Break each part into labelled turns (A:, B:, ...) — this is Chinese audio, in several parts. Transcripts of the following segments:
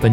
A: 本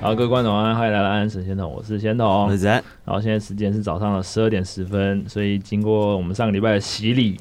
A: 好，各位观众晚安，欢迎来到安安神仙筒，我是仙筒，
B: 子安，
A: 然后现在时间是早上的十二点十分，所以经过我们上个礼拜的洗礼，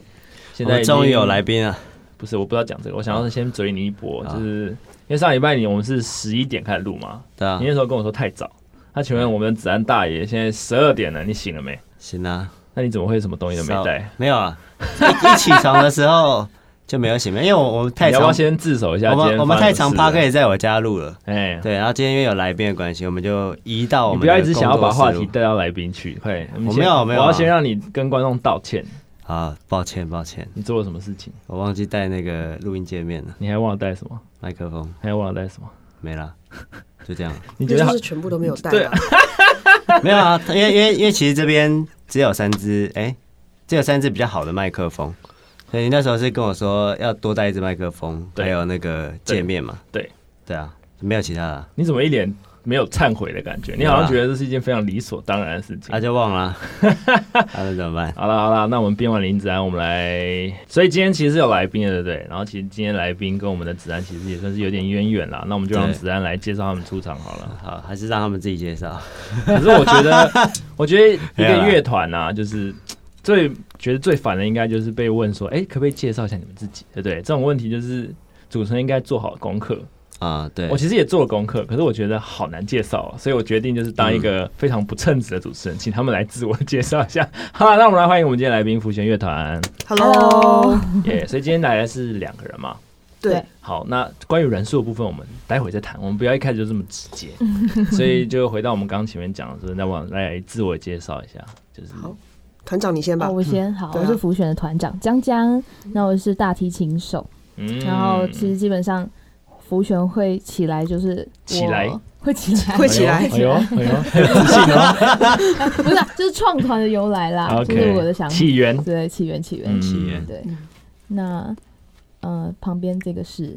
A: 现
B: 我
A: 在
B: 们
A: 已经
B: 终于有来，宾了。
A: 不是我不知道讲这个，我想要先嘴你一波，
B: 啊
A: 就是因为上礼拜你我们是十一点开始录嘛，
B: 对啊
A: 你，那时候跟我说太早，那请问我们的子安大爷现在十二点了，你醒了没？
C: 行啊，
A: 那你怎么会什么东西都没带
C: 少？没有啊，一一起床的时候就没有醒，因为我我们太
A: 你要
C: 常
A: 不要先自首一下？
C: 我
A: 今天
C: 们我们太常趴
A: 发生
C: 可
A: 什么事啊
C: 以在我家录了，
A: 了，哎，
C: 对，然后今天因为有来宾的关系，我们就移到我
A: 你
C: 们
A: 不要一直
C: 的工
A: 想要把
C: 作
A: 话
C: 室录
A: 题带到来宾去，快，我们
C: 我
A: 先
C: 没有没有
A: 我
C: 啊
A: 要先让你跟观众道歉，
C: 啊，抱歉抱歉，
A: 你做了什么事情？
C: 我忘记带那个录音界面了，
A: 你还忘了带什么？
C: 麦克风
A: 还忘了带什么？
C: 没了，就这样，
A: 你觉得
D: 那就
A: 好
D: 是全部都没有带
A: 对
D: 吧？
C: 没有啊，因为因为因为其实这边只有三支，哎、只有三支比较好的麦克风。所以你那时候是跟我说要多带一支麦克风，
A: 对
C: 还有那个界面嘛？
A: 对，
C: 对啊，没有其他的啊，
A: 你怎么一脸没有忏悔的感觉？你好
C: 有啊
A: 像
C: 啦
A: 觉得这是一件非常理所当然的事情
C: 那、。就忘了 啊，那、能怎么办？
A: 好啦好啦，那我们编完林子安，我们来。所以今天其实是有来宾的，对不对？然后其实今天来宾跟我们的子安其实也算是有点渊源啦。那我们就让
C: 对
A: 子安来介绍他们出场好了。
C: 好，还是让他们自己介绍。
A: 可是我觉得，我觉得一
C: 没有
A: 个
C: 啦
A: 乐团啊，就是最觉得最烦的，应该就是被问说，哎、可不可以介绍一下你们自己，对不对？这种问题就是主持人应该做好功课。
C: 啊、对
A: 我，其实也做了功课，可是我觉得好难介绍、啊，所以我决定就是当一个非常不称职的主持人，请他们来自我介绍一下。好啦，那我们来欢迎我们今天来宾福弦乐团，
D: Hello，
A: 耶、所以今天来的是两个人嘛。
D: 对，
A: 好，那关于人数的部分，我们待会再谈，我们不要一开始就这么直 接。所以就回到我们刚刚前面讲的，就是那我来自我介绍一下，就是
D: 好团长你先吧
E: 哦，。我先好，
D: 对啊嗯
E: 我是浮选的团长江江，那我是大提琴手，
A: 嗯
E: 然后其实基本上浮选会起来就是我
A: 起来
E: 会起来
D: 会起来
A: 哎呦哎呦，哎呦
E: 不是啊，就是创团的由来啦，这是
A: OK
E: 我的想法，
A: 起源，
E: 对起源起源
A: 嗯，
C: 起源
E: 对
D: 嗯，
E: 那呃旁边这个是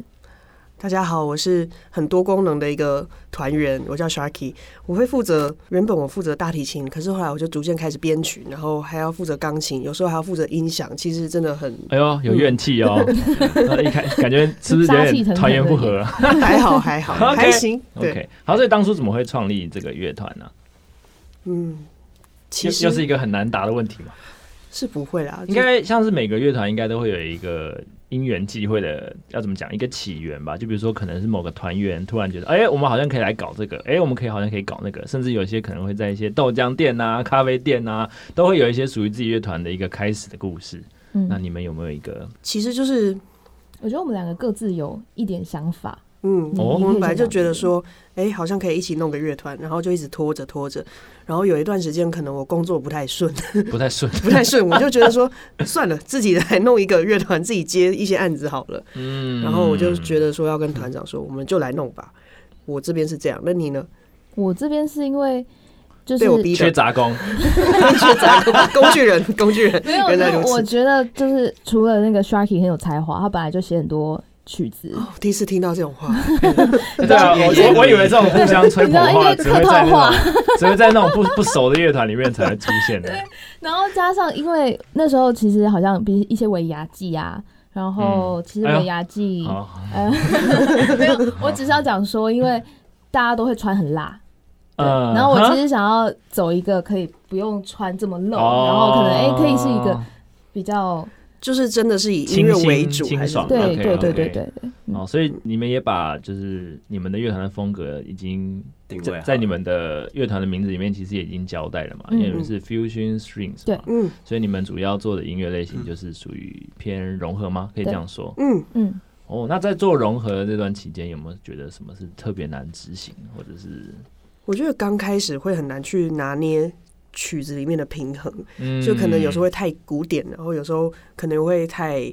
D: 大家好，我是很多功能的一个团员，我叫 Sharky，我会负责原本我负责大提琴，可是后来我就逐渐开始编曲，然后还要负责钢琴，有时候还要负责音响，其实真的很
A: 哎呦有怨气哦，那一开感觉是不是有
E: 嗯杀气
A: 点
E: 腾腾
A: 团员不
E: 的
A: 和？
D: 还好还好
A: OK
D: 还行。对，
A: OK，好，所以当初怎么会创立这个乐团呢？
D: 嗯，其
A: 又又是
D: 实
A: 一个很难答的问题嘛。
D: 是不会啦，
A: 应该像是每个乐团应该都会有一个因缘际会的，要怎么讲一个起源吧？就比如说可能是某个团员突然觉得，哎、我们好像可以来搞这个，哎、我们可以好像可以搞那个，甚至有些可能会在一些豆浆店啊、咖啡店啊，都会有一些属于自己乐团的一个开始的故事。那
E: 嗯，
A: 你们有没有一个？
D: 其实就是
E: 我觉得我们两个各自有一点想法，
D: 嗯，
A: 哦
D: 我们本来就觉得说，哎、好像可以一起弄个乐团，然后就一直拖着拖着，然后有一段时间可能我工作不太顺，
A: 不太 顺，
D: 不太顺，我就觉得说， 算了，自己来弄一个乐团，自己接一些案子好了。
A: 嗯
D: 然后我就觉得说，要跟团长说，我们就来弄吧。我这边是这样，那你呢？
E: 我这边是因为就是
D: 被我逼
A: 缺
D: 的，
A: 杂工，
D: 缺杂工 工具人，工具人，
E: 没有，
D: 原来
E: 就
D: 如
E: 是我
D: 此。
E: 觉得就是除了那个 Sharky 很有才华，他本来就写很多曲子，
D: 哦第一次听到这种 话，
A: 对啊，我我我以为这种互相吹捧的话，
E: 你
A: 只
E: 知道
A: 会
E: 因为客
A: 在
E: 套话
A: 那种只会在那种不不熟的乐团里面才会出现的。
E: 然后加上因为那时候其实好像比一些尾牙祭啊，然后其实
A: 哎呦
E: 尾牙祭，
A: 好，
E: 呃，没有，我只是要讲说，因为大家都会穿很辣。对
A: 嗯
E: 然后我
A: 哈
E: 其实想要走一个可以不用穿这么露，
A: 哦
E: 然后可能哎、可以是一个比较
D: 就是真的是以音
A: 清
D: 乐
A: 新
D: 为主，
A: 清
D: 还是
A: 爽
E: 对
A: OK，
E: 对
A: OK
E: 对对对对，
A: 哦，所以你们也把就是你们的乐团的风格已经
C: 定位
A: 在
C: 好
A: 在你们的乐团的名字里面，其实也已经交代了嘛，因为你们是 fusion strings，嘛
E: 对
D: 嗯
A: 所以你们主要做的音乐类型就是属于偏融合吗？可以这样说。
D: 嗯，
E: 嗯，
A: 哦，那在做融合的这段期间，有没有觉得什么是特别难执行，或者是
D: 我觉得刚开始会很难去拿捏曲子里面的平衡，
A: 嗯
D: 就可能有时候会太古典，然后有时候可能会太。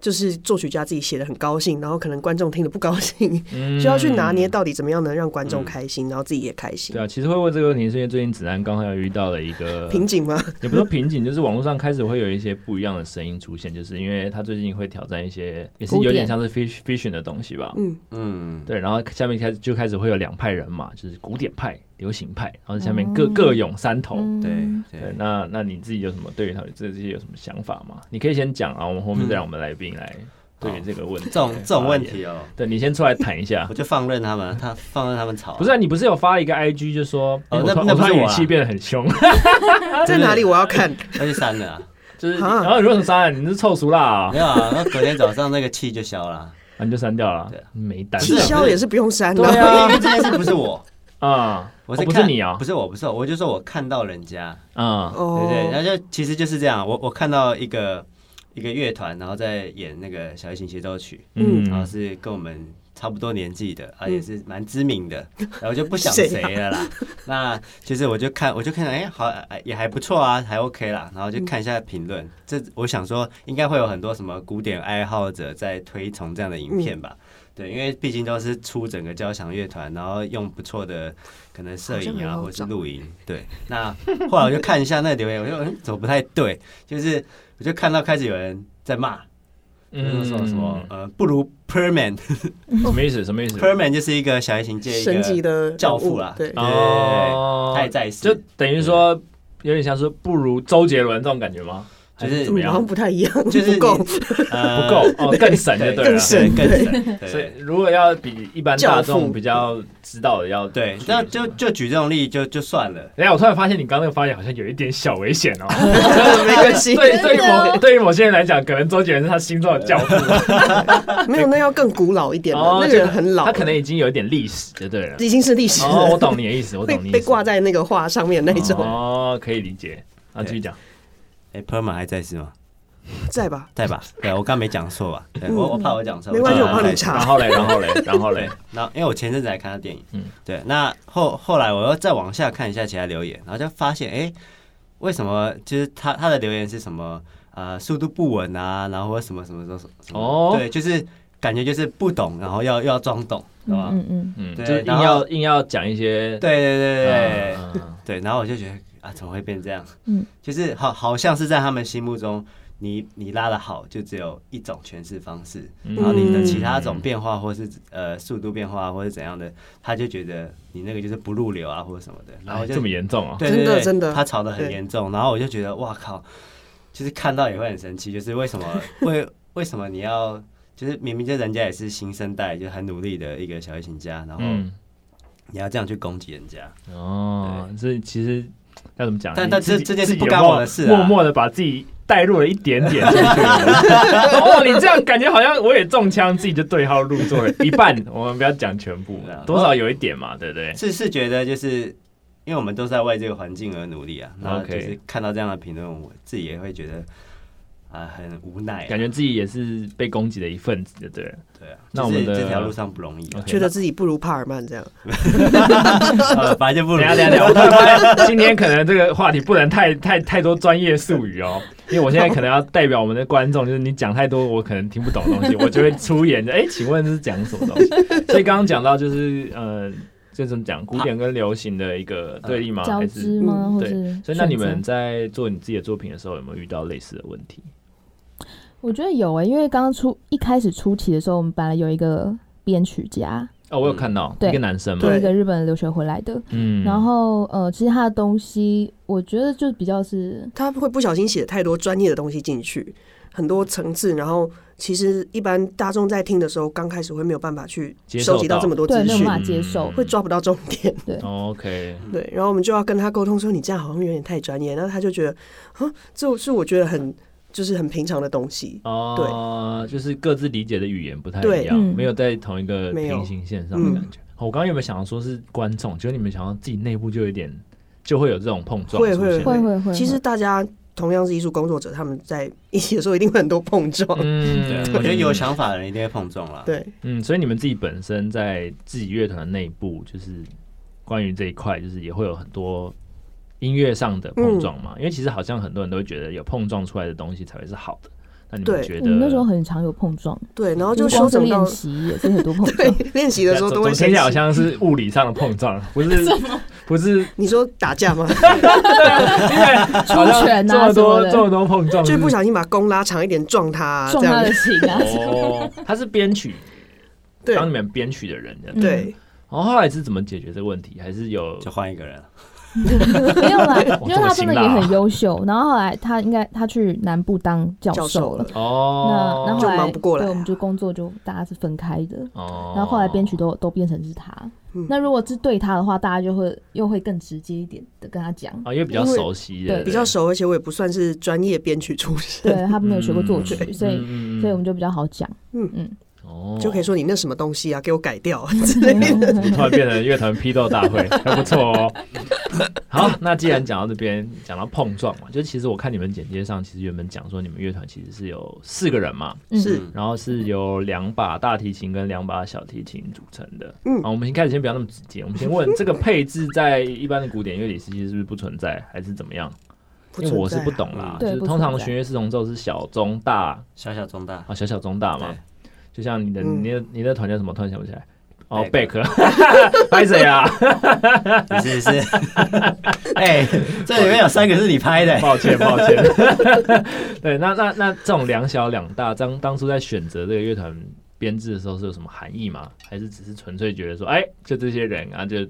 D: 就是作曲家自己写的很高兴，然后可能观众听的不高兴，
A: 嗯
D: 就要去拿捏到底怎么样能让观众开心，然后自己也开心
A: 对。啊，其实会问这个问题，是因为最近子安刚好又遇到了一个
D: 瓶颈吗？
A: 也不是说瓶颈，就是网络上开始会有一些不一样的声音出现，就是因为他最近会挑战一些，也是有点像是 fish fishing 的东西吧。
D: 嗯，
C: 嗯，
A: 对，然后下面开始就开始会有两派人嘛，就是古典派、流行派，然后下面各、各有三头。
C: 对
E: 嗯
A: 对
C: 对，，
A: 那那你自己有什么对于他这这些有什么想法吗？你可以先讲啊，我们后面再让我们来宾来对于这个问题
C: 嗯这种
A: 来
C: 这种
A: 发
C: 问
A: 言，
C: 题哦，
A: 对你先出来谈一 下
C: 我。就放任他们，他放任他们吵啊。
A: 不是、啊、你不是有发一个 IG 就说，哎
C: 哦
A: 我
C: 那
A: 突然
C: 那
A: 我
C: 不
A: 突
C: 是
A: 然语
C: 我啊
A: 气变得很凶， 啊
D: 在哪里我要看？
C: 那就删了啊，
A: 就是你
D: 啊
A: 然后你为什么删？你是臭俗辣啊
C: 没？有啊，那隔天早上那个气就消 了啊。
A: 啊，你就删掉了
C: 对啊，
A: 没单
D: 气消也是不用删
A: 对
D: 的。
A: 啊
C: 因为这件事不是我，
A: 啊，
C: 我
A: 哦
C: 是
A: 不是
C: 看
A: 你啊
C: 不？是我，不是我，我就说我看到人家，
A: 啊，
C: 对
D: 哦
C: 不对？然后就其实就是这样，我我看到一个一个乐团，然后在演那个小提琴协奏曲，
A: 嗯
C: 然后是跟我们差不多年纪的啊，
D: 嗯
C: 也是蛮知名的，然后就不想
D: 谁
C: 谁
D: 啊
C: 了啦。那就是我就看，我就看，哎，好，哎也还不错啊，还 OK 啦。然后
D: 嗯
C: 就看一下评论，这我想说应该会有很多什么古典爱好者在推崇这样的影片吧。对，因为毕竟都是出整个交响乐团，然后用不错的可能摄影啊，
D: 好像很好
C: 或是
D: 找
C: 录影。对，那后来我就看一下那个留言，我就嗯，怎么不太对？就是我就看到开始有人在骂，
A: 嗯
C: 就是说什么呃，不如 Perman，
A: 什么意思？什么意思？
C: Perman 就是一个小提琴界一
D: 神级
C: 个，
D: 的人物
C: 教父啦
D: 对，
A: 啊哦
C: 对，太在世，
A: 就等于说有点像是不如周杰伦这种感觉吗？
C: 就
A: 还
C: 是
A: 怎么
D: 嗯，好
A: 样
D: 像？不太一样，
C: 就是你
D: 不 够。
A: 不
C: 呃
A: 够 哦，更神就对
C: 更
A: 了。
C: 神更神，
A: 所以
C: 对
A: 如果要比一般大
D: 教父
A: 众比较知道的要
C: 对，那就就举这种例就就算了。
A: 哎，我突然发现你刚刚那个发言好像有一点小危险 哦。
D: 哎没关系，
A: 对，对于
E: 真的
A: 某
E: 哦
A: 对于某些人来讲，可能周杰伦是他心中的教父，
D: 没有那要更古老一点了
A: 哦，
D: 呃那个人很老，
A: 他可能已经有一点历史，就对了。
D: 已经是历史了
A: 哦，我懂你的意思，我
D: 被
A: 懂你的
D: 被
A: 意思
D: 挂在那个画上面那一种，
A: 哦，可以理解。啊，继续讲。
C: 哎，Perman 还在世吗？
D: 在吧？
C: 在吧？对，我刚没讲错吧？对我我怕我讲错，
D: 没关系
C: 我
D: 我帮你查
A: 然后嘞，然 后嘞，然后嘞
C: 对，，然后因为我前阵子还看他电影，
A: 嗯
C: 嗯，对，那后后来我又再往下看一下其他留言，然后就发现，哎、为什么就是他他的留言是什么？呃，速度不稳啊，然后或什么什么什么什么，
A: 哦
C: 对，就是感觉就是不懂，然后要又要装懂，懂吧？
E: 嗯嗯
A: 嗯，就
C: 对
A: 是硬
C: 然后
A: 要硬要讲一些，
C: 对对对对、
A: 嗯，嗯嗯
C: 对，然后我就觉得啊，怎么会变这样？
E: 嗯
C: 嗯，就是好好像是在他们心目中。你你拉的好，就只有一种诠释方式，
A: 嗯
C: 然后你的其他种变化，或是呃速度变化，或是怎样的，他就觉得你那个就是不入流啊，或者什么的。然后
A: 哎
C: 我就
A: 这么严重啊？
C: 对
D: 真
C: 对
D: 的
C: 对，
D: 真的
C: 他吵得很
D: 对
C: 严重，然后我就觉得哇靠，就是看到也会很生气，就是为什么为为什么你要就是明明就人家也是新生代，就很努力的一个小提琴家，然后
A: 嗯，
C: 你要这样去攻击人家，
A: 哦，这其实要怎么讲？
C: 但
A: 你
C: 但这
A: 自己
C: 这件事
A: 自己
C: 不干
A: 有没有
C: 我的事啊
A: 默默的把自己带入了一点 点进去。哦，你这样感觉好像我也中枪，自己就对号入座了一半。我们不要讲全部
C: 对啊，
A: 多少有一点嘛，对不对？
C: 是是觉得就是。因为我们都是在为这个环境而努力啊，然后就
A: OK
C: 是看到这样的评论，我自己也会觉得啊、很无奈、啊，
A: 感觉自己也是被攻击的一份子，就对了。
C: 对啊，
A: 那
C: 就
A: 我们
C: 是
A: 的
C: 这条路上不容易、啊，
A: OK
D: 觉得自己不如帕尔曼这样，
C: 呃反正就不
A: 等
C: 容
A: 一下
C: 易。
A: 等一下等一下，我突然发现今天可能这个话题不能太太太多专业术语哦，因为我现在可能要代表我们的观众，就是你讲太多我可能听不懂的东西，我就会出言哎、请问是讲什么东西？所以刚刚讲到就是呃，这种讲古典跟流行的一个对立吗？
E: 嗯，交
A: 啊还是？
E: 织吗？
D: 嗯
E: 或
A: 对
E: 是
A: 所以那你
E: 选择
A: 们在做你自己的作品的时候，有没有遇到类似的问题？
E: 我觉得有诶、因为刚刚出一开始初期的时候，我们本来有一个编曲家，
A: 哦，我有看到
E: 对
A: 一个男生嘛
D: 对，
E: 一个日本留学回来的，
A: 嗯，
E: 然后呃，其实他的东西，我觉得就比较是
D: 他会不小心写太多专业的东西进去，很多层次，然后其实一般大众在听的时候，刚开始会没有办法去
A: 接受
D: 收
A: 到
D: 集到这么多
E: 对
D: 资
E: 没有
D: 讯
E: 办，法接受
A: 嗯，
D: 会抓不到重点。
A: 哦 OK，
D: 对，然后我们就要跟他沟通说，你这样好像有点太专业。然后他就觉得，啊，这是我觉得很就是很平常的东西。
A: 哦，就是各自理解的语言不太一
D: 对嗯
A: 样，
E: 嗯
A: 没有在同一个
D: 没有
A: 平行线上的感觉。哦我刚刚有没有想说是观众？就是你们想要自己内部就有一点，就会有这种碰撞出
D: 会
A: 现。
D: 会
E: 会会会。
D: 其实大家同样是艺术工作者，他们在一起的时候一定会很多碰撞。
A: 嗯
C: 啊 我觉得有想法的人一定会碰撞啦。，
D: 对，
A: 嗯，所以你们自己本身在自己乐团的内部，就是关于这一块，就是也会有很多音乐上的碰撞
D: 嗯
A: 嘛。因为其实好像很多人都会觉得有碰撞出来的东西才会是好的。那你们
D: 对
A: 觉
E: 我
A: 得
E: 们那时候很常有碰撞，
D: 对，然后呃就
E: 就是
D: 修整到
E: 光是练习也是很多碰
D: 对
E: 撞。
D: 练习的时候都
A: 总
D: 会
A: 听起来好
D: 生气
A: 像是物理上的碰撞，不 是不是
D: 你说打 架吗？
A: 因为好像
E: 出拳啊
A: 这么
E: 什么
A: 多
E: 的
A: 这么多碰撞，
D: 就不小心把弓拉长一点撞他啊，这
E: 撞他
D: 样
E: 的琴啊，
A: 哦，他是编曲，
D: 对
A: 当你们编曲的人
E: 嗯
A: 这样。
D: 对，
A: 然后后来是怎么解决这个问题？还是有
C: 就换一个人了。
E: 没有啦，
A: 哇
E: 因
A: 这
E: 为他真
A: 么辛
E: 的
A: 辣
E: 也
A: 啊
E: 很优秀。然后后来他应该他去南部当教
D: 教
E: 授
D: 授
E: 了
D: 了，。
A: 哦
E: 那，那后
D: 就
E: 来
D: 忙不过来
E: 对，
D: 啊
E: 我们就工作就大家是分开的。
A: 哦，
E: 然后后来编曲都都变成是他。
D: 嗯
E: 那如果是对他的话，大家就会又会更直接一点的跟他讲。
A: 啊，因为比较熟悉的，
E: 对
D: 比较熟，而且我也不算是专业编曲出身，
E: 对他没有学过作曲，
A: 嗯
E: 所以、
A: 嗯嗯嗯
E: 所以我们就比较好讲。
A: 哦
D: 就可以说你那什么东西啊，给我改掉之类的。
A: 突然变成乐团批斗大会，还不错哦。好，那既然讲到这边，讲到碰撞嘛，就其实我看你们简介上，其实原本讲说你们乐团其实是有四个人嘛，
E: 嗯
D: 是
C: 嗯
A: 然后是由两把大提琴跟两把小提琴组成的。
D: 嗯
A: 好，我们先开始先不要那么直接，我们先问这个配置在一般的古典乐理时期是不是不存在，还是怎么样？
D: 不
A: 因为
D: 存
A: 我是
D: 在啊
A: 不懂啦，就
E: 对
A: 是
E: 不
A: 通常
E: 存在
A: 弦乐四重奏是小中大
C: 小小中大
A: 啊，小小中大嘛
C: 对。
A: 就像你的、
D: 嗯
A: 你的、你的团叫什么？突然想不起来。哦，贝
C: 贝
A: 克， 拍谁啊？
C: 你是是， 哎，这里面有三个是你拍的，
A: 抱歉，抱歉。 对，那那那这种两小两大，当当初在选择这个乐团编制的时候是有什么含义吗？还是只是纯粹觉得说，哎，就这些人啊，就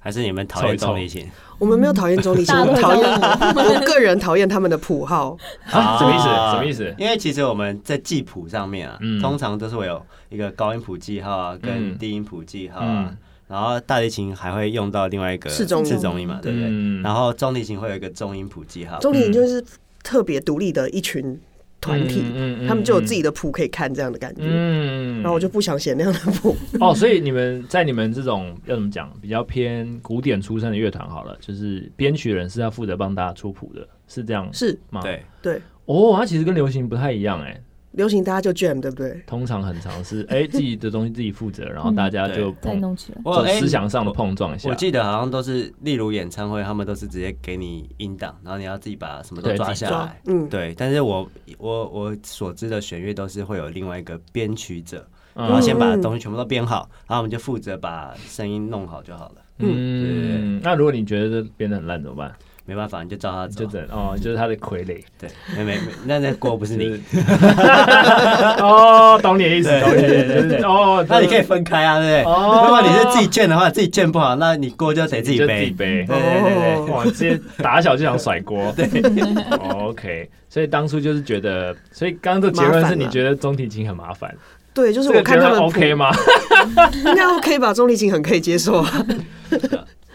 C: 还是你们讨厌钟丽琴？
D: 我们没有讨厌钟丽琴，
E: 大
D: 我
E: 家
D: 们讨
E: 都会
D: 厌
E: 这样
D: 我个人讨厌他们的谱号，
A: 啊，什么意思？
C: 啊
A: 什么意思？
C: 因为其实我们在记谱上面啊，
A: 嗯
C: 通常都是会有一个高音谱记号啊，
A: 嗯
C: 跟低音谱记号啊，
A: 嗯
C: 然后大提琴还会用到另外一个
D: 次中音
C: 次中音嘛，对不对？
A: 嗯
C: 然后中提琴会有一个中音谱记号，
D: 钟丽琴就是特别独立的一群团体，
A: 嗯
D: 他们就有自己。的谱可以看这样的感觉。
A: 嗯
D: 然后我就不想写那样的谱，
A: 哦，所以你们在你们这种要怎么讲，比较偏古典出身的乐团好了，就是编曲人是要负责帮大家出谱的，是这样
D: 是
A: 吗？。
C: 对，
A: 哦，它其实跟流行不太一样哎、
D: 流行大家就 jam 对不对？
A: 通常很常是哎、自己的东西自己负责，然后大家就
C: 嗯
E: 再
A: 碰哦
E: 弄起来，
A: 走
C: 我哎
A: 思想上的碰撞一下
C: 我。记得好像都是，例如演唱会，他们都是直接给你音档，然后你要自己把什么都
A: 对
C: 抓
A: 自己
C: 下
D: 抓
C: 来。
D: 嗯，
C: 对，但是我我我所知的弦乐都是会有另外一个编曲者，
A: 嗯
C: 然后先把
D: 嗯
C: 东西全部都编好，然后我们就负责把声音弄好就好了。
A: 嗯，那如果你觉得编的很烂怎么办？
C: 没办法，你就照他走
A: 就。只能哦，就是他的傀儡。
C: 对，没没没，那那锅不 是你，
A: 哦，懂你的意思，
C: 对
A: 懂你的
C: 对
A: 意
C: 对
A: 思。哦，
C: 那你可以分开啊，对不对？
A: 哦
C: 如果你是自己卷的话，自己卷不好，那你锅就得自己
A: 就自己
C: 背。
A: 背。
C: 对对对对，
D: 哦，
A: 哇，直接打小就想甩锅。 对，OK。所以当初就是觉得，所以刚刚的结论是你觉得中提琴很麻烦，
D: 对，就是
A: 这
D: 我
A: 个结
D: 看他
A: 论
D: 们谱
A: OK 吗？
D: 应该 OK 吧？钟丽琴很可以接受啊，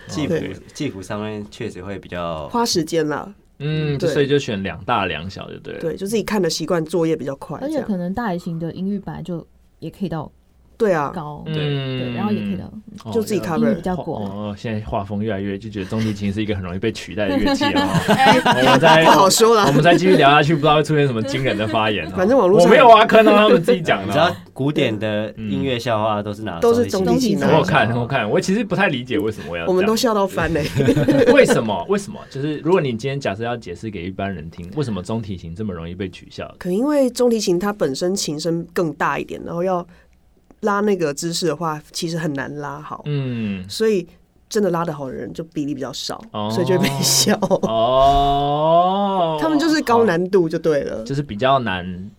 C: 记谱
D: 对
C: 记谱上面确实会比较
D: 花时间啦，
A: 嗯，就
D: 对
A: 所以就选两大两小就对了。
D: 对，就自己看的习惯，作业比较快，
E: 而
D: 这
E: 且
D: 样
E: 可能大提琴的音域本来就也可以到
D: 对啊，
E: 高，
A: 嗯
E: 对，然后也可以到
A: 哦
D: 就自己
A: 了解
D: cover
E: 音域比较广。
A: 哦，现在画风越来越就觉得中提琴是一个很容易被取代的乐器 了哦。我们再
D: 哎不好说啦
A: 我。们再继续聊下去，不知道会出现什么惊人的发言哦。
D: 反正网络
A: 我
D: 上
A: 没有挖坑哦，他们自己讲
C: 你
A: 的
C: 知道
A: 哦。
C: 古典的音乐笑话都是拿
D: 都是
C: 中
D: 中
E: 立
C: 立
E: 性
C: 性
E: 的
A: 嗯
C: 的
A: 我有看，我有看，我其实不太理解为什么我要这样。
D: 我们都笑到翻 嘞、
A: 为什么？为什么？就是如果你今天假设要解释给一般人听，为什么中提琴这么容易被取笑？
D: 可能因为中提琴它本身琴声更大一点，然后要拉那个姿势的话，其实很难拉好，
A: 嗯，
D: 所以真的拉得好的人就比例比较少，
A: 哦
D: 所以就会被笑。
A: 哦，
D: 他们就是高，难度就对了，
A: 就是比较难。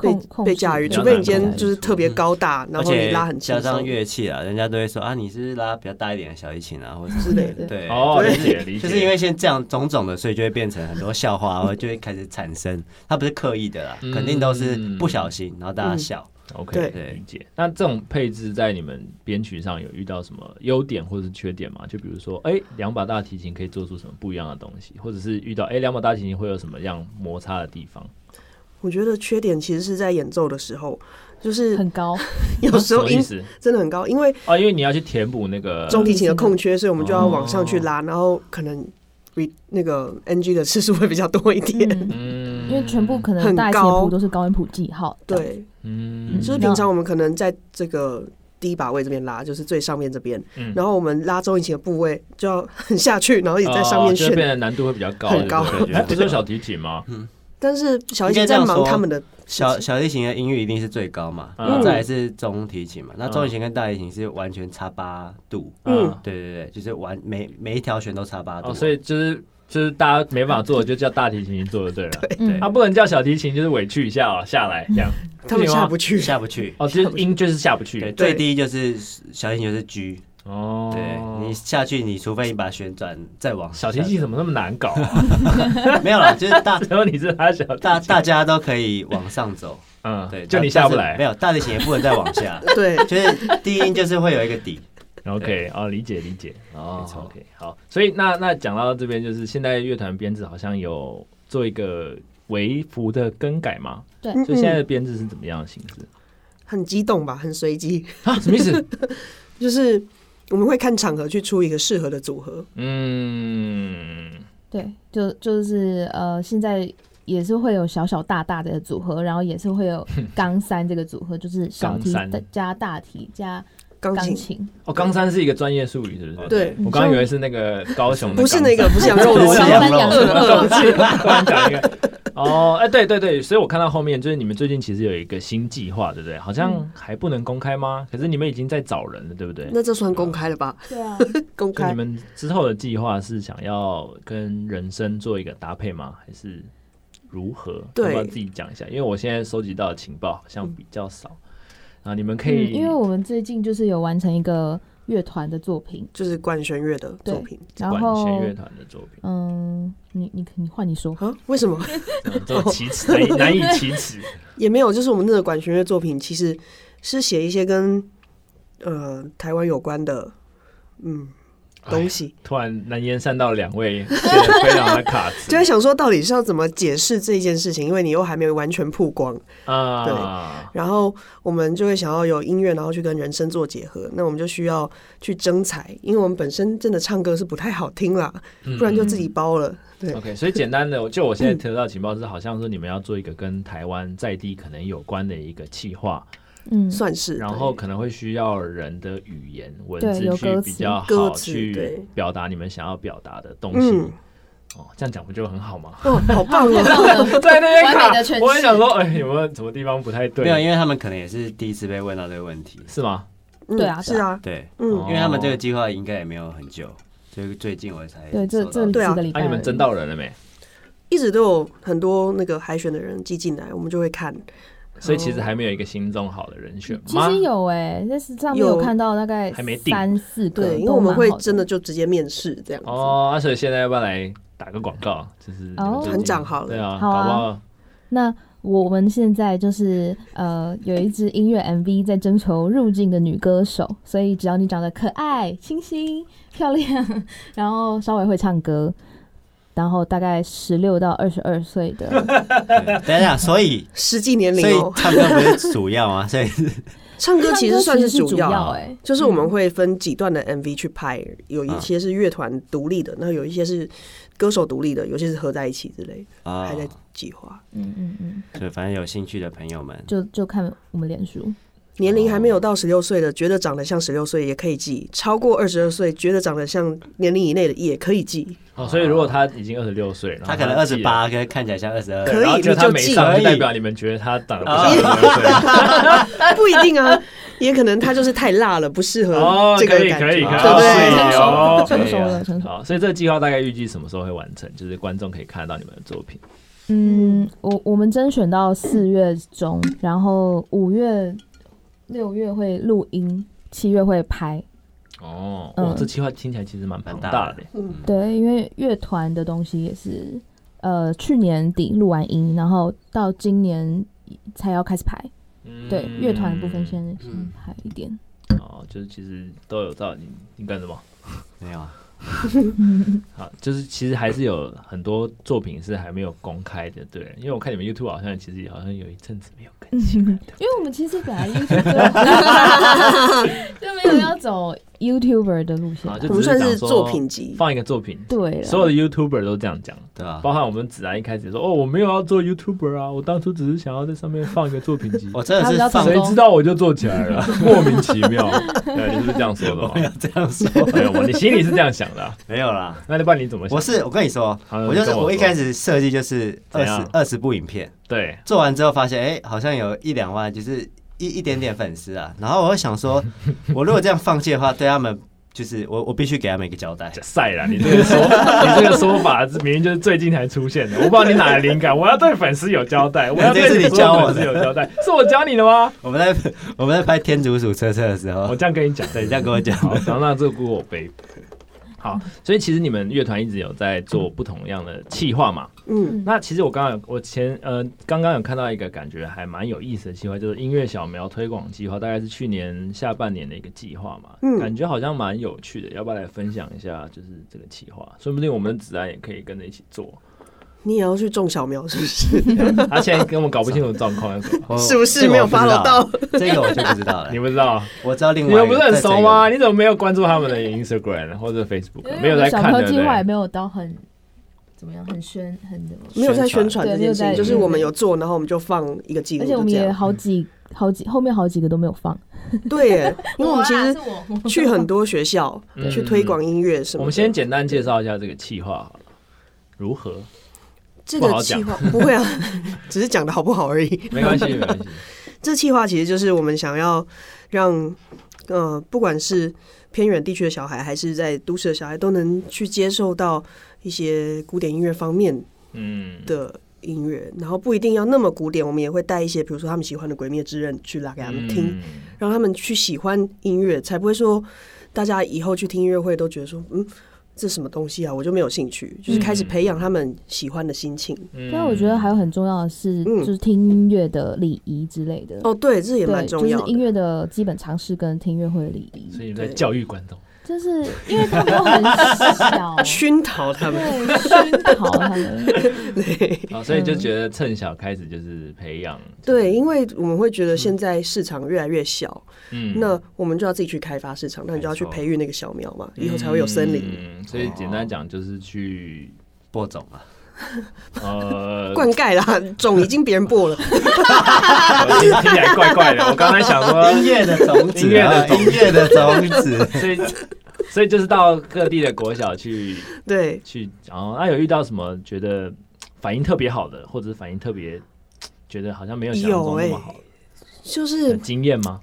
D: 被
E: 控控
D: 被
E: 制
D: 驾驭，
E: 比
A: 较
D: 除
E: 较
D: 非
E: 难
D: 你今天
E: 控制
D: 就是特别
A: 嗯
D: 高大，然
C: 而
D: 后你
C: 且
D: 拉很
C: 加
D: 轻
C: 上
D: 松
C: 乐器啊，人家都会说啊，你是拉比较大一点的小提琴啊，或者
D: 之类的。
C: 对，
A: 哦，
C: 就
A: 理
C: 是
A: 解理解，
C: 就是因为现在这样种种的，所以就会变成很多笑话，然后就会开始产生。它不是刻意的啦，
A: 嗯
C: 肯定都是不小心，然后大家笑。
A: OK，
C: 对
A: 理解。那这种配置在你们编曲上有遇到什么优点或者是缺点吗？就比如说，哎、两把大提琴可以做出什么不一样的东西，或者是遇到哎，两、把大提琴会有什么样摩擦的地方？
D: 我觉得缺点其实是在演奏的时候，就是
E: 很 高，
D: 有时
A: 啊什
D: 候
A: 么
D: 音
A: 意思
D: 真的很高，因为
A: 啊？因为你要去填补那个
D: 中提琴的空缺，所以我们就要往上去
A: 哦
D: 拉，然后可能 re 那个 NG 的次数会比较多一点。
E: 嗯，
A: 嗯
E: 因为全部可能
D: 很
E: 大写
D: 高
E: 谱都是高音谱记号，这样，
D: 对，
A: 嗯
D: 就是平常我们可能在这个第一把位这边拉，就是最上面这边，
A: 嗯
D: 然后我们拉中音琴的部位就要很下去，然后也在上面
A: 哦就
D: 选。
A: 会变得难度会比较高，
D: 很高
A: 对不对 哎不是有小提琴吗？
C: 嗯
D: 但是小
C: 应
D: 提琴
C: 该这
D: 在
C: 样
D: 忙
C: 说
D: 他们的事
C: 小
D: 情
C: 小提琴的音域一定是最高嘛，
A: 嗯
C: 然后再来是中提琴嘛，那中提琴跟大提琴是完全差八度，
D: 嗯
A: 啊，
C: 对对对，就是完每每一条弦都差八度，
A: 哦，所以就是就是大家没办法做的，就叫大提琴去做就对了。
E: 嗯
A: 啊，，不能叫小提琴，就是委屈一下哦，下来这样。
D: 他们
A: 不行吗
D: 下不去。
C: 下不去。
A: 哦，就是音就是下不
C: 对，
A: 去。
C: 最低就是小提琴就是 G，
A: 哦，
C: 对你下去，你除非你把旋转再往
A: 小提琴怎么那么难搞啊？
C: 没有了，就是大
A: 然后你是他 小提
C: 大大家都可以往上 走，
A: 嗯，
C: 对，
A: 就
C: 但
A: 你下不
C: 但是没
A: 来。
C: 有大提琴也不能再往 下，
D: 对，
C: 就是低音就是会有一个底，
A: OK，哦，理解理解。
C: 哦
A: 没错 OK，好。所以那那讲到这边，就是现在乐团编制好像有做一个微幅的更改嘛？
E: 对
A: 就现在的编制是怎么样的形式？
D: 嗯很激动吧，很随机，
A: 啊，什么意思？
D: 就是我们会看场合去出一个适合的组合。
A: 嗯，
E: 对，就就是呃，现在也是会有小小大大的组合，然后也是 会有钢三这个组合，就是小
A: 钢
E: 提
A: 三
E: 加大提加
D: 钢
E: 钢
D: 琴
E: 琴，
A: 哦，冈山是一个专业术语，是不是？
D: 对，
A: 我刚刚以为是那个高雄的冈山，
D: 不是那个，不是羊
A: 我
D: 肉
A: 想
D: 炉
A: 我
E: 小
A: 想
D: 子，
E: 三两个
A: 忘记了，突然讲一个。哦，哎、对对对，所以我看到后面就是你们最近其实有一个新计划，对不对？好像还不能公开吗？可是你们已经在找人了，对不对？
D: 那这算公开了吧？
E: 对啊，
D: 公
A: 就你
D: 开
A: 们之后的计划是想要跟人生做一个搭配吗？还是如何？
D: 对
A: 要不要自己讲一下？因为我现在收集到的情报好像比较少，啊，你们可以，
E: 嗯，因为我们最近就是有完成一个乐团的作品，
D: 就是管弦乐的作品
E: 然
A: 管
E: 后
A: 弦乐团的作品，
E: 嗯，你你你换你说，
D: 啊？为什么
A: 嗯这种奇耻难以难以 启齿。
D: 也没有？就是我们那个管弦乐作品其实是写一些跟呃台湾有关的嗯
A: 哎
D: 东西，
A: 突然难言善道，两位显得非常的卡词。
D: 就在想说到底是要怎么解释这件事情，因为你又还没有完全曝光。
A: 啊，
D: 然后我们就会想要有音乐，然后去跟人声做结合。那我们就需要去征才，因为我们本身真的唱歌是不太好听啦，
A: 对
D: 不然就自己包了。对
A: 嗯 OK，所以简单的，就我现在得到情报是，好像说你们要做一个跟台湾在地可能有关的一个企划，
E: 嗯，
D: 算是。
A: 然后可能会需要人的语言文
E: 对
A: 字
E: 有
A: 去
E: 歌
A: 比
E: 词
A: 较好
D: 歌词
A: 去
D: 对
A: 表达你们想要表达的东西。
D: 嗯，
A: 哦，这样讲不就很好 吗？
D: 哦，好棒哦！
A: 在那边
E: 完
A: 卡
E: 美的诠，释
A: 我也想说，哎，有没有什么地方不太
C: 没有，
A: 对？
C: 因为他们可能也是第一次被问到这个问题，
A: 是吗？
D: 嗯
E: 对啊
D: 是啊，
C: 对，
A: 哦
D: 嗯，
C: 因为他们这个计划应该也没有很久，就是最近我才
E: 对，这
C: 收到
E: 这
C: 的
D: 对啊
E: 几个礼
A: 啊，
E: 拜而已，
A: 你们争到人了没？
D: 一直都有很多那个海选的人寄进来，我们就会看。
A: 所以其实还没有一个心中好的人选
E: 其
A: 吗？
E: 实有哎，但是上面有
D: 有
E: 看到大概
A: 还没定
E: 三四个，
D: 对，因为
E: 都
D: 我们
E: 蛮
D: 会
E: 好
D: 真的就直接面试这样子。
A: 哦，啊所以现在要不要来打个广告？就是你们
E: 哦
A: 最近
D: 团长好了
A: 对啊，
E: 好啊
A: 搞不好
E: 那我们现在就是呃，有一支音乐 MV 在征求入境的女歌手，所以只要你长得可爱、清新、漂亮，然后稍微会唱歌，然后大概十六到二十二岁的，
C: 对等一下，所以
D: 实际年龄
C: 所以
D: 哦，
C: 唱歌不是主要吗？所以
D: 唱歌其实算
E: 是
D: 主要。啊嗯
E: 要哎，
D: 就是我们会分几段的 MV 去拍，有
A: 嗯
D: 一些是乐团独立的，那有一些是歌手独立的，有些是合在一起之类，
A: 嗯
C: 啊
D: 还在计划。
E: 嗯嗯嗯，
C: 对，反正有兴趣的朋友们，
E: 就就看我们脸书，
D: 年龄还没有到十六岁的，觉得长得像十六岁也可以记；超过二十二岁，觉得长得像年龄以内的也可以 记。
A: 哦，所以如果他已经二十六岁，然后
C: 他可能二十
A: 记了啊
C: 八，可是看起来像二十二，
D: 可以
A: 然后就
D: 你
A: 他
D: 就
A: 没
D: 记
A: 上，
C: 可
A: 就代
C: 以
A: 表你们觉得他长得不
C: 啊
A: 像22岁。
D: 不一定啊，也可能他就是太辣了，不适合
A: 哦，
D: 这个
A: 可以
D: 感
A: 可以
D: 觉，
A: 可以，
D: 对不啊对？
A: 哦
E: 成熟
C: 可以
E: 了，
C: 啊
E: 成熟了。
A: 好，所以这个计划大概预计什么时候会完成？就是观众可以看到你们的作品。
E: 嗯，我我们甄选到四月中，然后五月、六月会录音，七月会拍，
A: 哦，
E: 嗯
A: 哇，这计划听起来其实蛮庞大的。
D: 嗯
E: 对，因为乐团的东西也是，呃，去年底录完音，然后到今年才要开始排，
D: 嗯
E: 对，
A: 嗯
E: 乐团的部分
A: 先
E: 现在嗯还有一点。
A: 哦，就是其实都有到你你干什么？
C: 没有啊，
A: 好，就是其实还是有很多作品是还没有公开的，对，因为我看你们 YouTube 好像其实好像有一阵子没有更新，
E: 因为我们其实本来 YouTube 就就没有要走 YouTuber 的路线
A: 啊，
E: 啊，
A: 就
D: 我
A: 只
D: 们算是
A: 想说
D: 作品啊集，
A: 放一个作品，
E: 对
A: 所有
E: 了，
A: 的 YouTuber 都这样讲，
C: 对啊，
A: 包含我们子安一开始说哦，我没有要做 YouTuber 啊，我当初只是想要在上面放一个作品 集，
C: 我真的
E: 他比较
C: 是放
E: 成
A: 谁
E: 功
A: 知道我就做起来 了，莫名其妙，对，你是不是这样说的
C: 我没有
A: 吗？
C: 这样说，
A: 没有，我你心里是这样想的啊、
C: 没有啦。
A: 那你不然你怎么想？
C: 我是我跟你说，
A: 好
C: 我
A: 你
C: 就是
A: 跟我
C: 我一
A: 说
C: 开始设计就是二
A: 怎
C: 十
A: 样
C: 二十部影片，
A: 对，
C: 做完之后发现，哎、好像有一两万，就是一一点点粉丝啊。然后我会想 说，我如果这样放弃的话，对他们就是我我必须给他们一个交代。
A: 晒啦！你这 个说，你这个说法是明明就是最近才出现的，我不知道你哪来灵感。我要对粉丝有交 代，我要对
C: 这是你
A: 所有
C: 教我
A: 粉丝
C: 的
A: 有交代，是我教你的 吗？
C: 我们在我们在拍天竺鼠车车的时
A: 我
C: 候，
A: 这样跟你讲，
C: 对，这样跟我讲，
A: 好，然后那这个锅我 背。好，所以其实你们乐团一直有在做不同样的企划嘛。
D: 嗯，
A: 那其实我刚刚有，我前呃刚刚有看到一个感觉还蛮有意思的计划，就是音乐小苗推广计划，大概是去年下半年的一个计划嘛，
D: 嗯
A: 感觉好像蛮有趣的，要不要来分享一下？就是这个计划，说不定我们的子安也可以跟着一起 做。
D: 你也要去种小苗是不是？
A: 他现在跟我搞不清楚状况，
C: 我
D: 是不是
C: 哦这个
D: 没有
C: 我不知
D: follow
C: 道啊
D: 到？
C: 这个我就不知道了
A: 你。不知道？
C: 我知道另
A: 你
C: 外一个
A: 们不是很熟？
C: 在
A: 吗？你怎么没有关注他们的 Instagram 或者 Facebook？没有在
E: 因为我
A: 看，
E: 们
A: 对
E: 小票
A: 不
E: 计划也
A: 对？
E: 没有到很怎么样，很宣很怎么，
D: 没有在宣传这件事情，
E: 对
D: 就是我们有做，然后我们们就放一个记录，
E: 而且我们
D: 就这
E: 也
D: 样
E: 好几好几后面好几个都没有放，
D: 对耶，因为我们其实
E: 实
D: 去很多学校
A: 嗯
D: 去推广音乐什么的。
A: 我们先简单介绍一下这个企划好了如何？
D: 这
A: 不好
D: 个
A: 讲
D: 计划 不会啊，只是讲的好不好而已。
A: 没关系，没关 系。
D: 这计划其实就是我们想要让呃，不管是偏远地区的小孩，还是在都市的小孩，都能去接受到一些古典音乐方面
A: 嗯，
D: 的音乐，然后不一定要那么古典，我们也会带一些，比如说他们喜欢的《鬼灭之刃》去
C: 啊
D: 拉给他们听，
A: 嗯。
D: 让他们去喜欢音乐，才不会说大家以后去听音乐会都觉得说，嗯，这什么东西啊，我就没有兴趣，就是开始培养他们喜欢的心情。
A: 嗯
E: 但啊我觉得还有很重要的是，
D: 嗯
E: 就是听音乐的礼仪之类的。
D: 哦，对，这也蛮
E: 对，
D: 重
E: 就
D: 要
E: 是
D: 的。，
E: 音乐的基本常识跟听音乐会的礼仪
A: 所，以你在教育观众。
E: 就是因为他们都很小
D: 熏陶他们，
E: 对，熏陶他们。
D: 嗯
A: 啊，所以就觉得趁小开始就是培养，
D: 对，因为我们会觉得现在市场越来越小，
A: 嗯
D: 那我们就要自己去开发市场，那你就要去
A: 没错
D: 培育那个小苗嘛，以后才会有森林。
A: 嗯，所以简单讲就是去
C: 播种啊，
A: 呃，
D: 灌溉啦，种已经别 人播了，
A: 听起来怪怪的。我刚才想说，
C: 音乐的种子啊，
A: 音乐的种。
C: 音乐的种子
A: 所以所以就是到各地的国小去
D: 对，
A: 去，然后啊那有遇到什么觉得反应特别好的，或者是反应特别觉得好像没有想象中那么好
D: 就是
A: 的经验吗？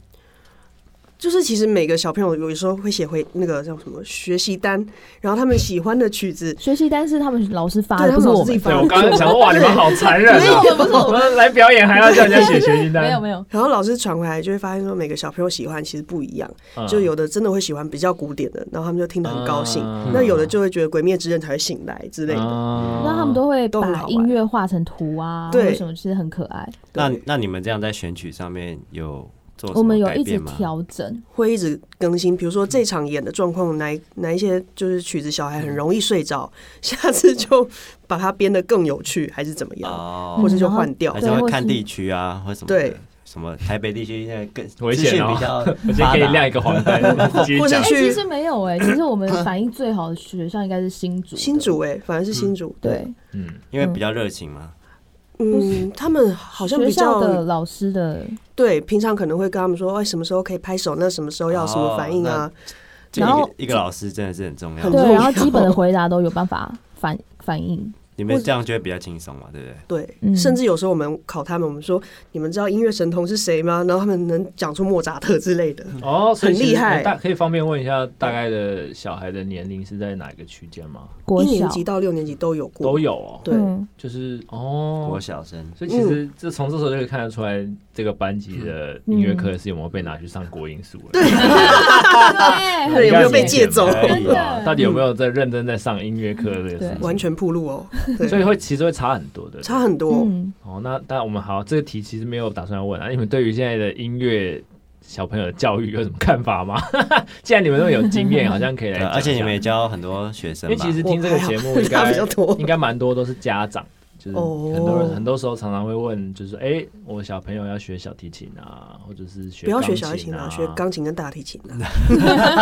D: 就是其实每个小朋友有时候会写回那个叫什么学习单，然后他们喜欢的曲子，
E: 学习单是他们老师发
D: 对
E: 的，
D: 他们
E: 不是
D: 老
E: 我
D: 师自己
E: 们。
D: 发
A: 对，
D: 的
A: 我刚刚想说，哇，你们好残忍
D: 没
A: 啊！
E: 有不是我
A: 我们来表演还要叫人家写学习单，
E: 没有没有，
D: 然后老师传回来就会发现说每个小朋友喜欢其实不一样，
A: 嗯
D: 就有的真的会喜欢比较古典的，然后他们就听得很高兴，
A: 嗯
D: 那有的就会觉得《鬼灭之刃》才会醒来之类的。
A: 啊
E: 那他们都会
D: 都很
E: 把
D: 好玩
E: 音乐画成图啊，
D: 对
E: 或者什么，其实很可爱。
C: 那那你们这样在选曲上面有做什么
E: 我们有
C: 改
E: 一直
C: 变吗？
E: 调整，
D: 会一直更新，比如说这场演的状况，哪一哪一些就是曲子小孩很容易睡着，下次就把它编得更有趣，还是怎么样，
C: 哦
D: 或，
E: 嗯
D: 者就换掉
C: 还。
E: 对
C: 是会
E: 或
C: 看
E: 是
C: 地区啊，或什么
D: 对
C: 的什么台北地区现在更
A: 危
C: 资
A: 险
C: 讯
A: 哦
C: 比较
A: 我先
C: 发
A: 可以
C: 达
A: 亮一个黄 单，继续
D: 或
A: 讲
D: 者
E: 哎，
D: 去
E: 其实没有 哎，其实我们反应最好的学校应该是新竹的，
D: 新竹哎、反而是新竹，
E: 对，
A: 嗯，
C: 因为比较热情嘛。
D: 嗯，他们好像
E: 学
D: 比
E: 校
D: 较
E: 的老师的，
D: 对，平常可能会跟他们说，哎，什么时候可以拍手，那什么时候要什
A: 哦
D: 么反应啊？
C: 就一
E: 然后
C: 个一个老师真的是很重要
D: 很，
E: 对，
D: 重
E: 然
D: 要
E: 后基本的回答都有办法反反应。
C: 你们这样就会比较轻松嘛，对不对？
D: 对，
E: 嗯
D: 甚至有时候我们考他们，我们说，你们知道音乐神童是谁吗？然后他们能讲出莫扎特之类的。
C: 嗯
A: 哦，所以
D: 很
A: 其实
D: 厉害
A: 大可以方便问一下，大概的小孩的年龄是在哪个区间吗？
E: 国
D: 一
E: 小
D: 年级到六年级都有过，
A: 都有哦，
D: 对，嗯
E: 嗯
A: 就是哦
C: 国，小生
A: 所以其实这从这时候就可以看得出来，这个班级的
C: 嗯
A: 音乐课是有没有被拿去上国音数了？对，
E: 对，
D: 对有没有被借走
A: 到底有
E: 真的
A: 没有在认真在上音乐课这个事情？
E: 对
D: 完全铺路哦。对
A: 所以会其实会差很多的。
D: 差很多。
E: 嗯，
A: 哦，那但我们好，这个题其实没有打算要问啊。你们对于现在的音乐小朋友的教育有什么看法吗？ 既然你们那么有经验，好像可以来
C: 对
D: 啊
A: 讲
C: 啊
A: 一下。
C: 而且你们也教很多学生
A: 因
C: 吧？
A: 为其实听这个节目
D: 我
A: 应
D: 还好
A: 该
D: 比较多
A: 应该蛮多都是家长，就是
D: 哦
A: 很多人、很多时候常常会问，就是哎、诶我小朋友要学小提琴啊，或者是学
D: 不要学
A: 钢
D: 小提
A: 琴
D: 琴啊，学钢琴跟大提琴啊。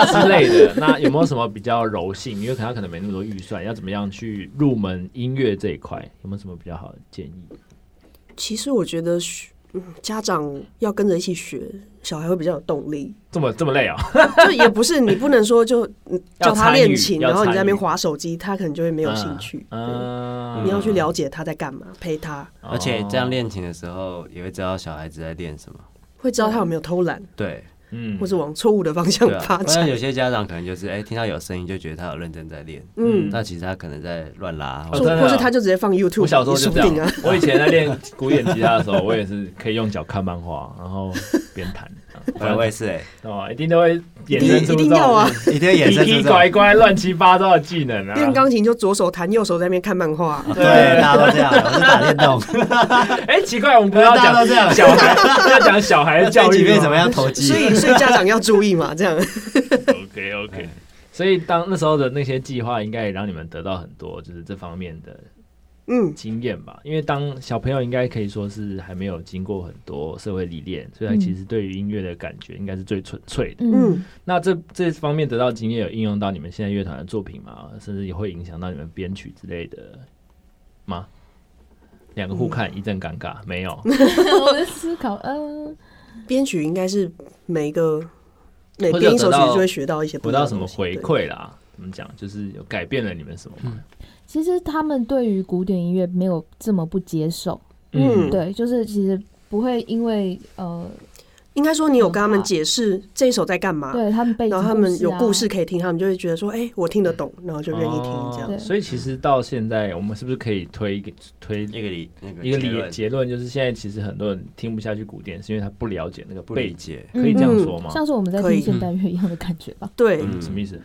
A: 之类的。那有没有什么比较柔性？因为可能他可能没那么多预算，要怎么样去入门音乐这一块？有没有什么比较好的建议？
D: 其实我觉得学，嗯，家长要跟着一起学，小孩会比较有动力。
A: 这么这么累啊、
D: 就也不是你不能说就嗯
A: 要
D: 叫他练
A: 参
D: 琴，
A: 与要
D: 然后你在那
A: 参与
D: 边划手机，他可能就会没有兴趣。对
A: 嗯，
D: 你要去了解他在干嘛，陪他，
A: 哦，
C: 而且这样练琴的时候，也会知道小孩子在练什么。
D: 会知道他有没有偷懒，
C: 对，
A: 嗯，
D: 或者往错误的方向
C: 对啊。
D: 发
C: 不然
D: 展。
C: 有些家长可能就是，哎，听到有声音就觉得他有认真在练，
D: 嗯，
C: 那其实他可能在乱拉。
A: 哦
C: 或
D: 或
A: 真
C: 者
A: 的啊
D: 或是他就直接放 YouTube，
A: 我小时候就
D: 说不
A: 这
D: 定
A: 样
D: 啊。。
A: 我以前在练古典吉他的时候，我也是可以用脚看漫画，然后边弹。
C: 我我也是哎，
A: 哦，一定都会衍生出
D: 一
A: 这
D: 定
A: 种
D: 要啊！
C: 一定要衍
A: 奇
C: 生出
A: 奇
C: 这种
A: 怪怪、乱七八糟的技能啊。啊
D: 练钢琴就左手弹，右手在那边看漫画。啊
C: 对，大家都这 样，我是打电动。
A: 哎，奇怪，我们不要
C: 大家都这
A: 讲
C: 样
A: 小孩，要讲小孩的教
C: 这
A: 育
C: 几遍
A: 吗
C: 怎么样投机
D: 所？以，所以家长要注意嘛，这样。
A: ？OK
C: 哎
A: OK。所以当那时候的那些计划，应该也让你们得到很多就是这方面的
D: 嗯，
A: 经验吧。因为当小朋友应该可以说是还没有经过很多社会历练，所以他
E: 嗯
A: 其实对于音乐的感觉应该是最纯粹的。
E: 嗯
D: 嗯，
A: 那这这方面得到经验有应用到你们现在乐团的作品吗？甚至也会影响到你们编曲之类的吗？两个互看，一阵尴尬，没
D: 嗯
A: 有。
E: 我在思考，嗯，
D: 编曲应该是每一个每
A: 或者
D: 编一首曲
A: 得到
D: 就会学到一些不
A: 不
D: 一
A: 到
D: 样的
A: 什么
D: 东西
A: 回。
D: 对
A: 馈 啦。怎么讲？就是有改变了你们什么吗？
E: 其实他们对于古典音乐没有这么不接受，
D: 嗯
E: 对，就是其实不会因为呃，
D: 应该说你有跟他们解释这一首在干嘛，
E: 对他们背景、
D: 啊
E: 啊
D: 然后他们有故事，可以听，他们就会觉得说，哎、我听得懂，然后就愿意听这
A: 哦
D: 样。
E: 对
A: 所以其实到现在，我们是不是可以推一个推
C: 一个理那
A: 一个
C: 结
A: 理
C: 论
A: 结论？就是现在其实很多人听不下去古典，是因为他不了解那个
C: 不
A: 背
C: 理
A: 景，
C: 解。
D: 嗯
A: 可以这样说吗？
E: 嗯像是我们在
D: 可
E: 听
D: 以
E: 现代乐一样的感觉吧。
D: 对，
C: 嗯
A: 什么意思？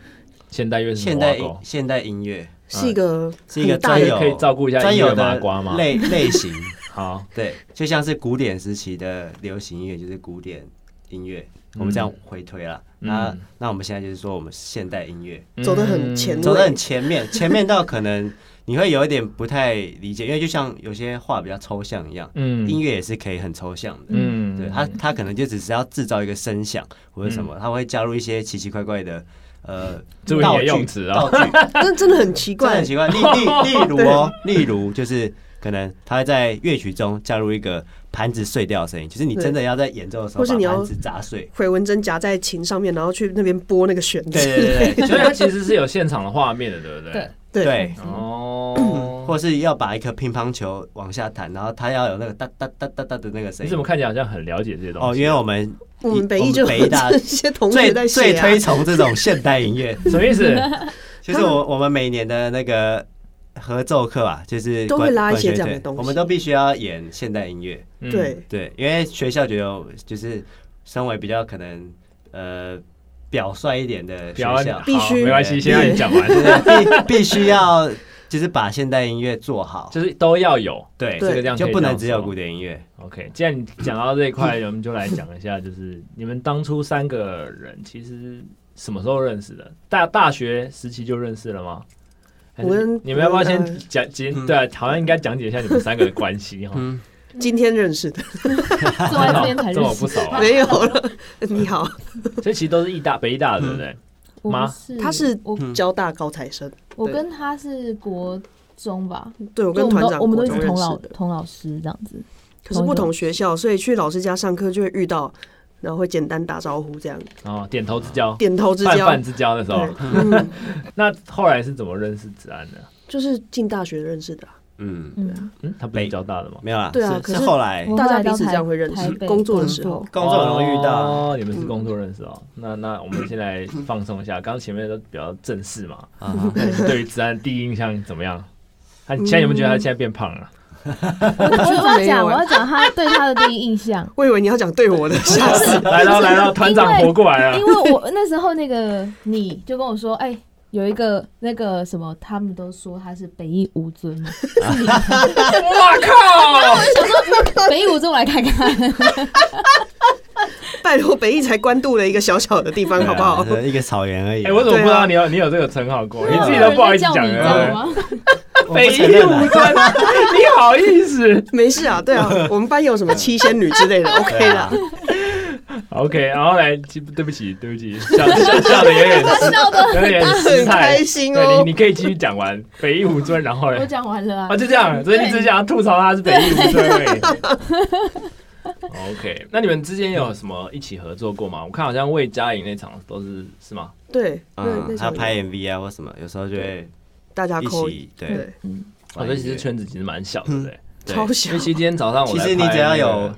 A: 现代乐是什
C: 现
A: 么挖
C: 代
A: 沟？
C: 现代音乐
A: 啊
D: 是一个
C: 是一个
D: 很大
C: 专
D: 的
C: 有
A: 可以照顾一下
C: 专
A: 音乐
C: 有
A: 麻
C: 的
A: 瓜吗
C: 类类型，
A: 好，
C: 对，就像是古典时期的流行音乐就是古典音乐，我们这样回推啦。
A: 嗯
C: 那那我们现在就是说我们现代音乐
D: 走得
A: 嗯
D: 很前
C: 走得很 前面，前面到可能你会有一点不太理解，因为就像有些话比较抽象一样，
A: 嗯
C: 音乐也是可以很抽象的。
A: 嗯
C: 对他，他可能就只是要制造一个声响或者什么，他会加入一些奇奇怪怪的呃
A: 注意嗯你
C: 道
A: 的
C: 具
A: 用词啊
C: 道具，
D: 但真的很 奇
C: 这
D: 怪
C: 很。奇怪。例例例如哦，例如就是可能他会在乐曲中加入一个盘子碎掉的声音，就是你真的要在演奏的时候
D: 或是你
C: 把
D: 要
C: 盘子砸 碎。
D: 回纹针夹在琴上面，然后去那边拨那个弦
C: 对
D: 子，
C: 对对 对
A: 所以它其实是有现场的画面的，对不对？
E: 对
D: 对
C: 对，
A: 哦，
C: 或是要把一颗乒乓球往下弹，然后他要有那个哒哒哒哒哒的那个声
A: 你
C: 音
A: 怎。么看起来好像很了解这些东西？
C: 哦，因为我们
D: 我们北艺就
C: 我们北
D: 有
C: 艺大
D: 这些同学
C: 最
D: 在
C: 最
D: 写、啊
C: 推，崇这种现代音 乐。
A: 什么意思？
D: 嗯
C: 其实我我们每年的那个合奏课啊，就是
D: 都会
C: 管
D: 拉一些
C: 管弦
D: 这样的
C: 乐
D: 东西
C: 我们都必须要演现代音乐。
A: 嗯
D: 对，
C: 对，因为学校觉得就是身为比较可能呃表率一点的
A: 不
C: 学
A: 要
C: 校，
D: 必须
A: 啊没关系，先让你讲完，
C: 对必必须要就是把现代音乐做好，
A: 就是都要有。
C: 对，
D: 对
A: 这个这样
C: 就
A: 可以
C: 不
A: 这
C: 能
A: 样
C: 只有
A: 说
C: 古典音乐。
A: OK，既然你讲到这一 块，我们就来讲一下，就是你们当初三个人其实什么时候认识的？大大学时期就认识了吗？还是
D: 我跟
A: 你们要不要
D: 我嗯跟
A: 先讲解？对啊，好像应该讲解一下你们三个的关系
D: 嗯
A: 哈。
D: 今天认识 的
E: 坐在这边才
A: 这
E: 认
A: 么
E: 识
A: 不，熟啊，
D: 没有了。 你好，
A: 所以其实都是艺大、北艺大的，对不对？
E: 我不
A: 吗
E: 是
D: 他是
E: 我，
D: 交大高材生，
E: 我
D: 对
E: 跟他是国中吧，
D: 对我
E: 就
D: 跟
E: 我们
D: 团
E: 都
D: 长
E: 我们都
D: 国
E: 一
D: 中
E: 直
D: 认
E: 同老
D: 识的，
E: 同老师这样子，
D: 可是不同学校，所以去老师家上课就会遇到，然后会简单打招呼这样，
A: 然后哦点头之交、
D: 嗯点头之
A: 泛
D: 交
A: 泛。之交的时候
D: 对，，嗯，
A: 那后来是怎么认识子安的？
D: 就是进大学认识的啊、
C: 嗯，
E: 嗯，
A: 嗯，他不是交大的吗？
C: 没有啦，
D: 对啊
C: 是
D: 可
C: 是
D: 是
C: 后来
E: 我
D: 大家
E: 后来
D: 彼
E: 到
D: 此
E: 台
D: 这样会认识
E: 台北
D: 工作的时候
C: 工作容易遇到
A: 哦，你们是工作认识哦。那那我们先来放松一下，刚刚前面都比较正式嘛。
C: 啊哈，
A: 那你对于子安的第一印象怎么样？他现在有没有觉得他现在变胖了？
E: 我我要
D: 没有
E: 讲，我
D: 啊，
E: 要讲他对他的第一 印象
D: 我以为你要讲对我 的，吓死！
A: 来了来了，团长活过来
E: 因
A: 了。
E: 为我那时候那个你就跟我说，哎、有一个那个什么，他们都说他是北艺吴 尊嘛，北艺吴尊我来看看，
D: 拜托北艺才关渡了一个小小的 地方，好不好？
C: 对啊一个草原而已。
A: 哎、我怎么不知
D: 对
A: 道
D: 啊
A: 你有你有这个称号过？你
C: 啊
A: 自己都不好意思
E: 叫
A: 讲
E: 你知道
A: 了。
E: 吗？
C: 我
A: 北
C: 不
A: 一
C: 承认啊
A: 五专，你好意思
D: 没事啊，对啊，我们班有什么七仙女之类的
C: 对
D: ，OK
C: 啊
D: 啦。
A: ？OK，然后来，其对不起，对不起，笑笑笑的有点失，
E: 笑得
A: 有点失
D: 很
A: 态
D: 开。心
A: 对
D: 哦
A: 你，你可以继续讲完北一五尊，然后嘞
E: 我，讲完了啊
A: 啊，，就这样，所以你只想要吐槽他是北艺无罪而已。OK，那你 们之间有什么一起合作过吗？我看好像魏佳颖那场都是是吗？
D: 对，那
C: 嗯，
D: 那
C: 他
D: 场
C: 拍 MV 啊或什么，有时候就会
D: 大家
C: 一
D: 扣
C: 起对
D: 对，
A: 哦，
C: 玩
A: 这
C: 音
A: 其
C: 乐
A: 实圈子其实蛮小的，对不对？
C: 对
D: 超小
A: 因为其实今天早上我
C: 嗯其
A: 来
C: 实你
A: 拍
C: 只要
A: 那个
C: 有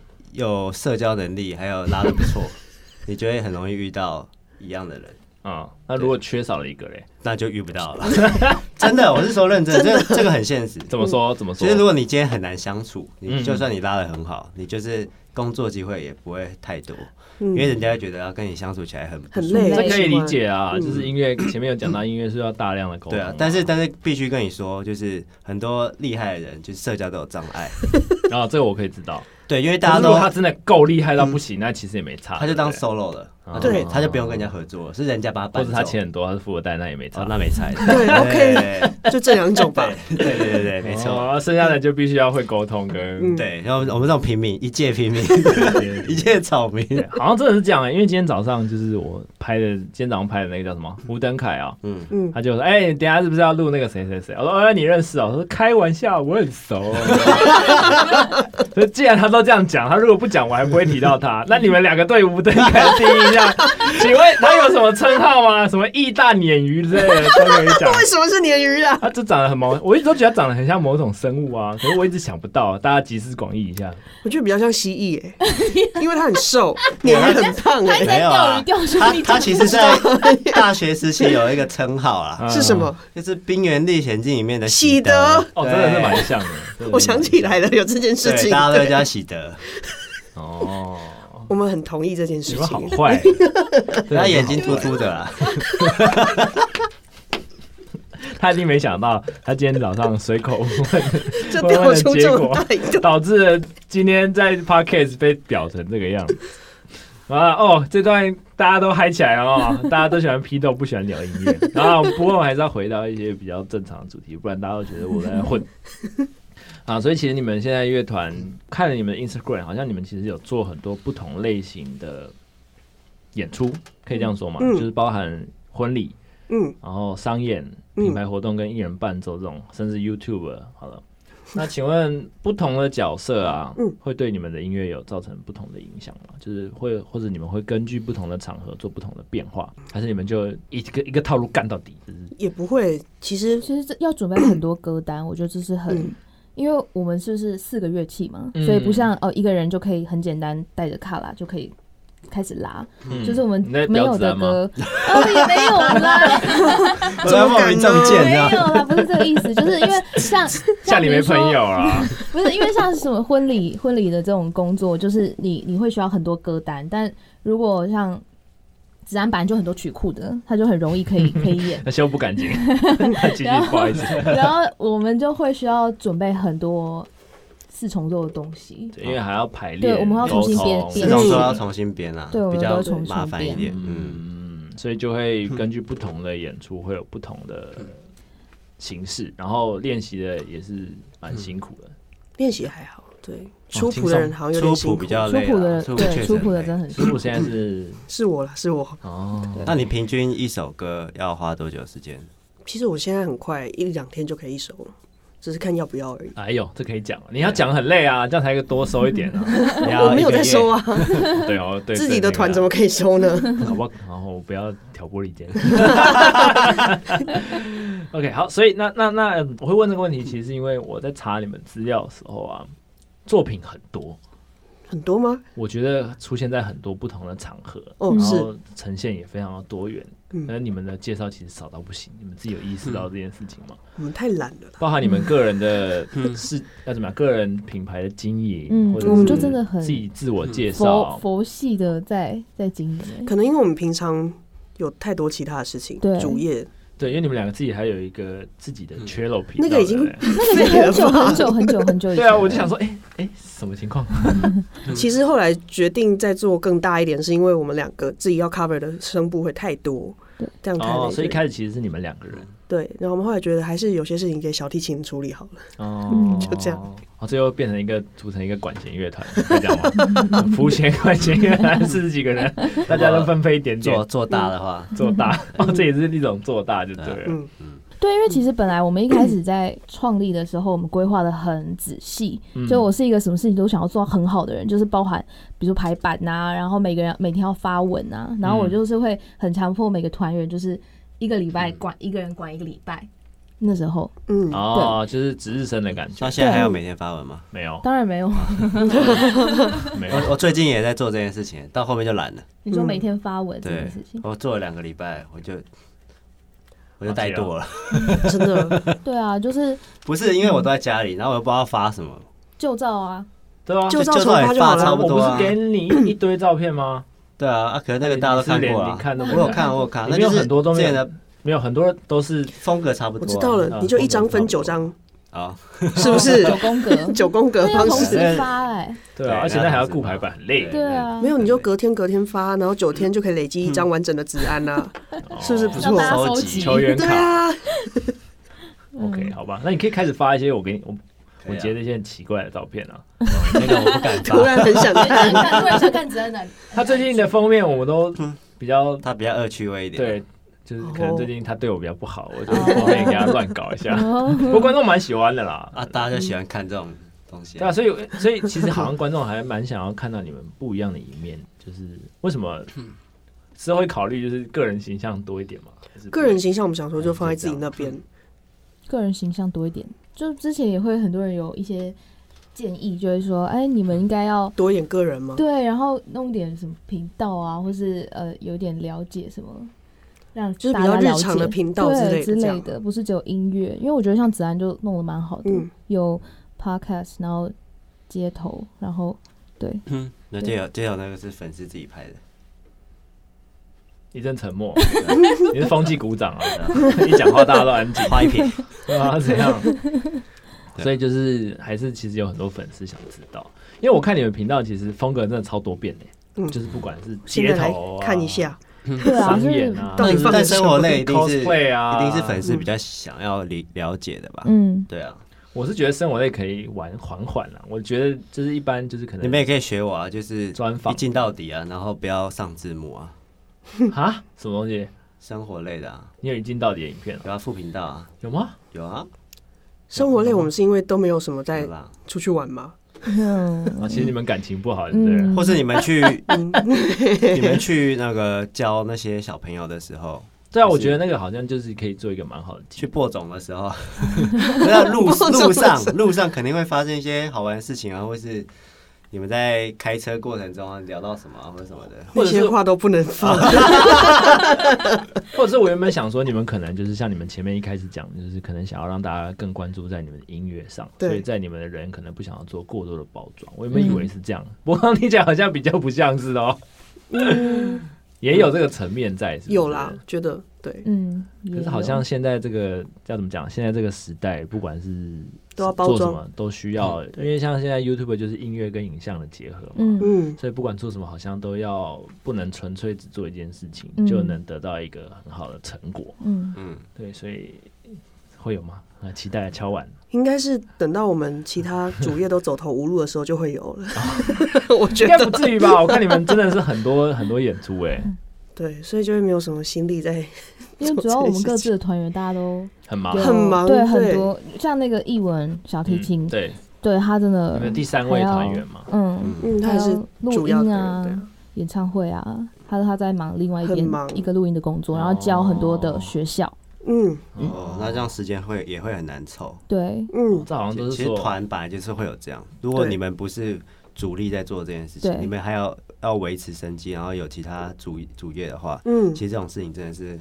C: 有社交能力，还有拉的不错， 你就会很容易遇到一样的人，
A: 啊，那如果缺少了一个嘞，
C: 那就遇不到了。 真的，我是说认真，这这个很现实。
A: 怎么说？
D: 嗯
A: 怎么说
C: 其实？如果你今天很难相处，
A: 嗯
C: 你就算你拉的很好，你就是工作机会也不会太多，因
D: 嗯
C: 为人家会觉得要跟你相处起来很不
D: 很
C: 舒服
D: 累，
A: 这可以
E: 对
D: 喜欢
A: 理解
D: 嗯
A: 啊，就是音乐前面有讲到音乐是要大量的沟通
C: 对
A: 嘛，
C: 啊，但是但是必须跟你说，就是很多厉害的人，就是社交都有障碍。
A: 然后这个我可以知道，
C: 对，因为
A: 但
C: 大
A: 是
C: 家
A: 如
C: 都嗯
A: 果他真的够厉害到不行，那其实也没差，
C: 他就当
A: 啊对不对哦
C: solo 了，他就
D: 对
C: 没他就不用跟人家合作了，是人家把他
A: 或
C: 搬
A: 者
C: 走。
A: 他钱很多，他是富二代，那也没差
C: 哦，。那没差。
D: 对，OK，
C: 对
D: 就这两种吧。
C: 对对对对，没错。
A: 哦，剩下的就必须要会沟通跟
D: 嗯。
C: 对，然后我们这种平民，一介平民，
A: 对
C: 一介草民，
A: 好像真的是这样、欸，因为今天早上就是我拍的，今天早上拍的那个叫什么胡登凯啊，
C: 嗯，
D: 嗯，
A: 他就说，哎、等一下是不是要录那个谁谁谁？我说，哦，你认识啊？我说，开玩笑，我很熟、 所以既然他都这样讲，他如果不讲，我还不会提到他。那你们两个对吴登凯的第一印象，请问他有什么称号吗？什么义大鲶鱼之类的都可以 讲。
D: 为什么是鲶鱼啊？
A: 他就长得很毛，我一直都觉得他长得很像某种生物啊，可是我一直想不到，大家集思广益一下。
D: 我觉得比较像蜥蜴耶，因为它很瘦，鲶鱼很胖
E: 还
D: 哎，
E: 在
C: 没有
E: 钓
C: 啊
E: 鱼钓出
C: 他
E: 一张
C: 他其实在 大学时期有一个称号啊，
A: 嗯
D: 是什么？
C: 就是《冰原历险记》里面的
D: 喜
C: 德
D: 德，
A: 哦，
C: 对
A: 真的是蛮像的。真的是蛮像的
D: 我想起来了，有这件事
C: 嗯对，
D: 情。
C: 大家都
D: 对
C: 叫喜德，
A: 哦，
D: 我们很同意这件
A: 你
D: 事
A: 们好
D: 情。
A: 坏，
C: 他眼睛突突的啊啦，
A: 他一定没想到，他今天早上随口问，
D: 就掉出这么大一个，
A: 导致了今天在 podcast 被表成这个样子。啊哦，这段大家都嗨起来了哦，大家都喜欢批斗，不喜欢聊音乐。然后不过我还是要回到一些比较正常的主题，不然大家都觉得我在 混。啊，所以其实你们现在乐团看了你们的 Instagram，好像你们其实有做很多不同类型的演出，可以这样说吗？
D: 嗯
A: 就是包含婚礼，
D: 嗯，
A: 然后商演、
D: 嗯
A: 品牌活动跟艺人伴奏这种，甚至 YouTube 好了。那请问不同的角色啊，
D: 嗯
A: 会对你们的音乐有造成不同的影响吗？就是会或者你们会根据不同的场合做不同的变化，还是你们就一个一个套路干到底？就是
D: 也不会。其实
E: 其实这要准备很多歌单，我觉得这是很，
D: 嗯
E: 因为我们是不是四个乐器嘛，
A: 嗯
E: 所以不像哦一个人就可以很简单带着卡拉就可以开始拉，就是我们
A: 你在
E: 没
A: 标
E: 有
A: 嗯子啊
E: 的
A: 吗？
E: 歌，哦也没有 啦，
C: 我在莫名中箭
E: 没
C: 这样。
E: 有啦，不是这个意思，就是因为 像
A: 像
E: 像
A: 你
E: 比
A: 啊没
E: 如说
A: 朋友啊？
E: 不是因为像什么婚礼婚礼的这种工作，就是你你会需要很多歌单，但如果像子安本来就很多曲库的，他就很容易 可以可以演。
A: 那修不干 净，继续不好意思，
E: 然后我们就会需要准备很多四重奏的东西。
A: 因为还要排练，
E: 对我们要重新编
A: 沟通
E: 编
C: 这种都要重新编啊，
E: 哎对我们
C: 比
E: 都
C: 较
E: 要重新
C: 麻烦一
E: 编
C: 点。嗯，
A: 嗯，所以就会根据不同的演出会有不同的形式，然后练习的也是蛮辛苦的。
D: 练习还好，对，出谱的人好像有
C: 出
D: 点辛
C: 谱
D: 苦。
C: 比较
E: 出
C: 累
E: 谱
C: 啊，
E: 的
C: 出谱确
E: 对
C: 实
E: 出谱的
C: 累
E: 真的很辛
A: 所以
E: 苦
A: 我现在是
D: 是我啦，是我。
A: 哦，
C: 那你平均一首歌要花多久时间？
D: 其实我现在很快，一两天就可以一首了，只是看要不要而已。
A: 哎呦，这可以讲，你要讲很累啊，这样才可以多收一点啊。
C: 你要
D: 我没有
C: 一个月
D: 在收啊，
A: 对哦，对
D: 自己的团怎么可以收呢？
A: 好不好？然后不要挑拨离 间。OK，好，所以那那那我会问这个问题，其实是因为我在查你们资料的时候啊，作品很多，
D: 很多吗？
A: 我觉得出现在很多不同的场合，
D: 哦
E: 嗯，
A: 然
D: 是
A: 后呈现也非常的多元。
D: 嗯
A: 那你们的介绍其实少到不行，你们自己有意识到这件事情吗？
D: 我们太懒了啦。
A: 包含你们个人的是要怎么样？个人品牌的经营，
E: 嗯
A: 或者
D: 嗯我们就是
E: 真的很
A: 自己自
D: 嗯
A: 我介
E: 佛
A: 绍，
E: 佛系的在在经营欸，
D: 可能因为我们平常有太多其他的事情
E: 对，
D: 主业
A: 对，因为你们两个自己还有一个自己的缺漏频道，
D: 嗯那个已经
A: 对不对
E: 那个是很久很久很久很久以前。
A: 对啊，我就想说，哎哎，什么情况？
D: 其实后来决定再做更大一点，是因为我们两个自己要 cover 的声部会太多
E: 对，
D: 这样太累了。
A: 哦，所以一开始其实是你们两个人
D: 对，然后我们后来觉得还是有些事情给小提琴处理好了。
A: 哦
E: 嗯，
D: 就这样，
A: 哦，最后变成一个组成一个管弦乐团，是这样吗？ 浮弦管弦乐团四十几个人，大家都分配一点点
C: 做做大的话，
A: 做
E: 嗯
A: 大， 哦，这也是一种做大，就对了。
D: 嗯，
E: 对，因为其实本来我们一开始在创立的时候，我们规划的很仔细。
A: 嗯
E: 就我是一个什么事情都想要做到很好的人，就是包含比如说排版呐、然后每个人每天要发文啊，然后我
A: 嗯
E: 就是会很强迫每个团员，就是一个礼拜管、一个人管一个礼拜。那时候
D: 嗯，
A: 哦，就是值日生的感觉，
C: 那现在还有每天发文吗？
A: 没有，
E: 当然没有，
A: 没有。
C: 我我最近也在做这件事情，到后面就懒了。
E: 你说每天发文这件
C: 对
E: 事情，，
C: 我做了两个礼拜，我就我就怠惰了。
D: 真的，
E: 对啊，就是
C: 不是因为我都在家里，然后我又不知道发什么，
E: 旧照啊，
A: 对啊，
D: 就照
C: 就
D: 重发
C: 算
D: 就好
C: 发差
D: 了。
C: 不
A: 我
C: 多
A: 不
C: 啊
A: 是。给你一堆照片吗？
C: 对啊，啊，可 是那个大家都看
A: 你
C: 过啊
A: 是
C: 了
A: 连。看都没
C: 我有看，我有看，
A: 里
C: 那
A: 面
C: 就
A: 有
C: 是
A: 很多都
C: 之
A: 没有
C: 前的
A: 没有，很多都是
C: 风格差不
D: 我
C: 多啊。
D: 知道了，
A: 啊
D: 你就一张分九张，
C: 啊，
A: 嗯
D: 是不是？，
E: 九宫格
D: 九宫格
E: 那要
D: 方
E: 啊同
D: 式。
E: 时发哎、
A: 对啊，
C: 对
A: 而且那还要
C: 那
A: 顾排版，很累。
E: 对啊，
D: 没有，你就隔天隔天发，然后九天就可以累积一张完整的指安呐、
A: 嗯哦
D: 是不是不
E: 让
D: 错？啊
E: 大家
C: 收
E: 收
C: 集
A: 球员
D: 对
A: 卡
D: 啊，
E: 嗯
A: ，OK，好吧，那你可以开始发一些我给你，我
C: 可以
A: 我
C: 啊
A: 截的一些很奇怪的照片啊。
C: 那个我不敢
D: 突
C: 发，
D: 然很 想看。
E: 看，突然想看只在哪里。
A: 他最近的封面我们都
C: 嗯
A: 比较
C: 他比较恶趣味一点。
A: 对，就是可能最近他对我比较不好，我就
E: 哦
A: 后面给他乱搞一下。
E: 哦
A: 不过观众蛮喜欢的啦，
C: 啊，大家就喜欢看这种东西
A: 对啊，。所以所以其实好像观众还蛮想要看到你们不一样的一面， 就是为什么之后会考虑就是个人形象多一点嘛？就是
D: 个人形象我们想说就放在自己那边，
E: 个人形象多一点。就之前也会很多人有一些建议，就会说，哎，你们应该要
D: 多一点个人嘛。
E: 对，然后弄点什么频道啊，或是呃有点了解什么，让
D: 就是比
E: 大家
D: 较日
E: 了
D: 常的
E: 解
D: 频道之类
E: 对
D: 的
E: 之
D: 这
E: 类
D: 样
E: 的，不是只有音乐。因为我觉得像子安就弄得蛮好的，
D: 嗯
E: 有 podcast，然后街头，然后对，
C: 嗯，那就有就有那个是粉丝自己拍的，
A: 一阵沉默， 你是风纪鼓掌啊？ 一讲话大家都安 静，
C: 花一撇。
A: 啊，怎样？
C: 对
A: 所以就是还是其实有很多粉丝想知道，因为我看你们频道其实风格真的超多变的、
D: 嗯
A: 就是不管是
D: 现
A: 街
D: 在来
A: 头、啊、
D: 看一下，
C: 嗯
E: 对啊，
A: 商
E: 就
A: 演
E: 是
A: 啊，
D: 到底放
C: 但生活类一定是
A: cosplay 啊，
C: 一定是粉。
D: 嗯
C: 丝比较想要理了解的吧？
E: 嗯，
C: 对啊，
A: 我是觉得生活类可以玩缓缓啦，我觉得就是一般就是可能
C: 你们也可以学我啊，就是
A: 专访
C: 一进到底啊，然后不要上字幕啊，
A: 啊什么东西，
C: 生活类的啊，
A: 你有一镜到底的影片了、哦
C: 有啊，副频道啊，
A: 有吗？
C: 有啊，
D: 生活类我们是因为都没有什么在
C: 有啦，
D: 出去玩嘛，
E: 嗯
A: 啊，其实你们感情不好，对不对？
E: 嗯
C: 或是你们去
D: 嗯
C: 你们去那个教那些小朋友的时候，
A: 对啊，
C: 就是
A: 我觉得那个好像就是可以做一个蛮好的计
C: 去播种的时 候，那路
D: 播种的
C: 路上
D: 时候
C: 路上肯定会发生一些好玩的事情啊，或是你们在开车过程中啊聊到什么啊，或者什么的。
A: 或
D: 那
A: 者是啊
D: 些话都不能放。
A: 或者是我原本想说，你们可能就是像你们前面一开始讲，就是可能想要让大家更关注在你们的音乐上，
D: 对
A: 所以在你们的人可能不想要做过多的包装。我原本以为是这样，不过你讲好像比较不像是哦，
D: 嗯，
A: 也有这个层面在，是不是
D: 有 啦，觉得对，
E: 嗯，也
A: 可是好
E: 有
A: 像现在这个要怎么讲？现在这个时代，不管是
D: 都要包
A: 做什
D: 装
A: 么，都需要，因为像现在 YouTube 就是音乐跟影像的结合嘛，
E: 嗯
D: 嗯，
A: 所以不管做什么，好像都要不能纯粹只做一件事情，
E: 嗯
A: 就能得到一个很好的成果。
E: 嗯
C: 嗯，
A: 对，所以会有吗？啊，期待敲碗。
D: 应该是等到我们其他主业都走投无路的时候就会有了。
A: 啊
D: 我觉
A: 应该
D: 得
A: 不至于吧？我看你们真的是很多 很多演出哎、
D: 对，所以就会没有什么心力在
E: 因为主要我们各自的团员大家都
A: 很忙
E: 有。
D: 啊很忙
E: 对
D: 对
E: 很多像那个艺文小提琴，
A: 嗯对，
E: 对他真的
A: 你们第三位团员嘛，
E: 嗯，
D: 嗯，他
E: 还
D: 也是
E: 有录
D: 主要的
E: 音
D: 人，对
E: 啊、
D: 啊，
E: 演唱会啊，他他在忙另外一
D: 很
E: 边
D: 忙
E: 一个录音的工作，然后教很多
A: 哦
E: 的学校，
D: 嗯
C: 哦，那这样时间会也会很难凑。
E: 对
D: 嗯，
A: 这好像都
C: 其
A: 是
C: 实
A: 说
C: 团本来就是会有这样，如果
D: 对
C: 你们不是主力在做这件事情
E: 对，
C: 你们还要要维持生计，然后有其他主主业的话，
D: 嗯
C: 其实这种事情真的是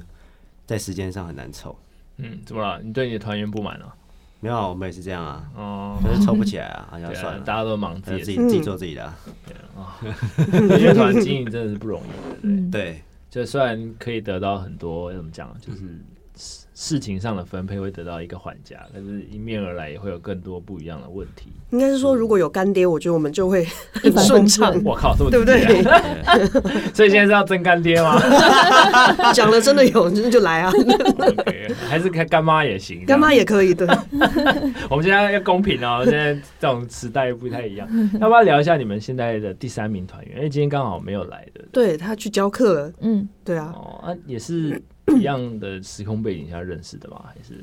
C: 在时间上很难凑。
A: 嗯，怎么了？你对你的团员不满了？
C: 没有啊，我们也是这样啊，
A: 哦，
C: 可是凑不起来啊，好像
A: 对
C: 算
A: 啊
C: 了，，
A: 大家都忙
C: 那
A: 自
C: 就自
A: 己
C: 己
D: 嗯
C: 自己做自己的啊。
A: 的，乐团经营真的是不容易。
E: 嗯，
C: 对，
D: 嗯
A: 就虽然可以得到很多要怎么讲，就是事事情上的分配会得到一个缓夹，但是迎面而来也会有更多不一样的问题。
D: 应该是
A: 嗯
D: 说，如果有干爹，我觉得我们就会
E: 一
D: 很
E: 帆
D: 顺
E: 风
D: 畅
E: 顺。
A: 我靠，这么
D: 对不对
A: 直接啊？所以现在是要争干爹吗
D: 讲了真的有，那就来啊，
A: ？OK，还是干妈也行？
D: 干妈也可以的。
A: 我们现在要公平 哦，现在这种时代不太一样。要不要聊一下你们现在的第三名团员？因为今天刚好没有来的
D: 对他去教课了，
E: 嗯，
D: 对啊，
A: 哦，啊，也是一样的时空背景下认识的吗？还是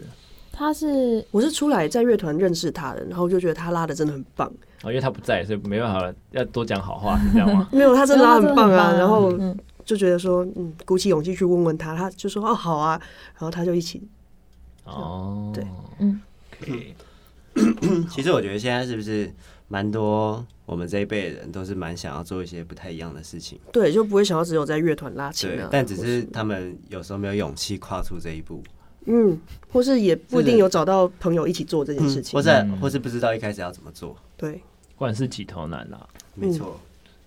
E: 他是
D: 我是出来在乐团认识他的，然后就觉得他拉的真的很棒。？
A: 哦，因为他不在，所以没办法要多讲好话，是这样吗
D: 没有，他真的拉得很棒啊，
E: 真的
D: 然后
E: 嗯
D: 就觉得说，嗯，鼓起勇气去问问他，他就说哦好啊，然后他就一起。
A: 哦，
D: 对，
E: 嗯
A: ，OK，
C: 其实我觉得现在是不是蛮多我们这一辈人都是蛮想要做一些不太一样的事情，
D: 对，就不会想要只有在乐团拉琴
C: 对
D: 啊，，
C: 但只是
D: 或
C: 他们有时候没有勇气跨出这一步，
D: 嗯，或是也不一定
C: 是
D: 有找到朋友一起做这件事情，
C: 或者
A: 嗯
C: 或是不嗯知道一开始要怎么做，
D: 对，
A: 不管是几头难啦、
C: 没错，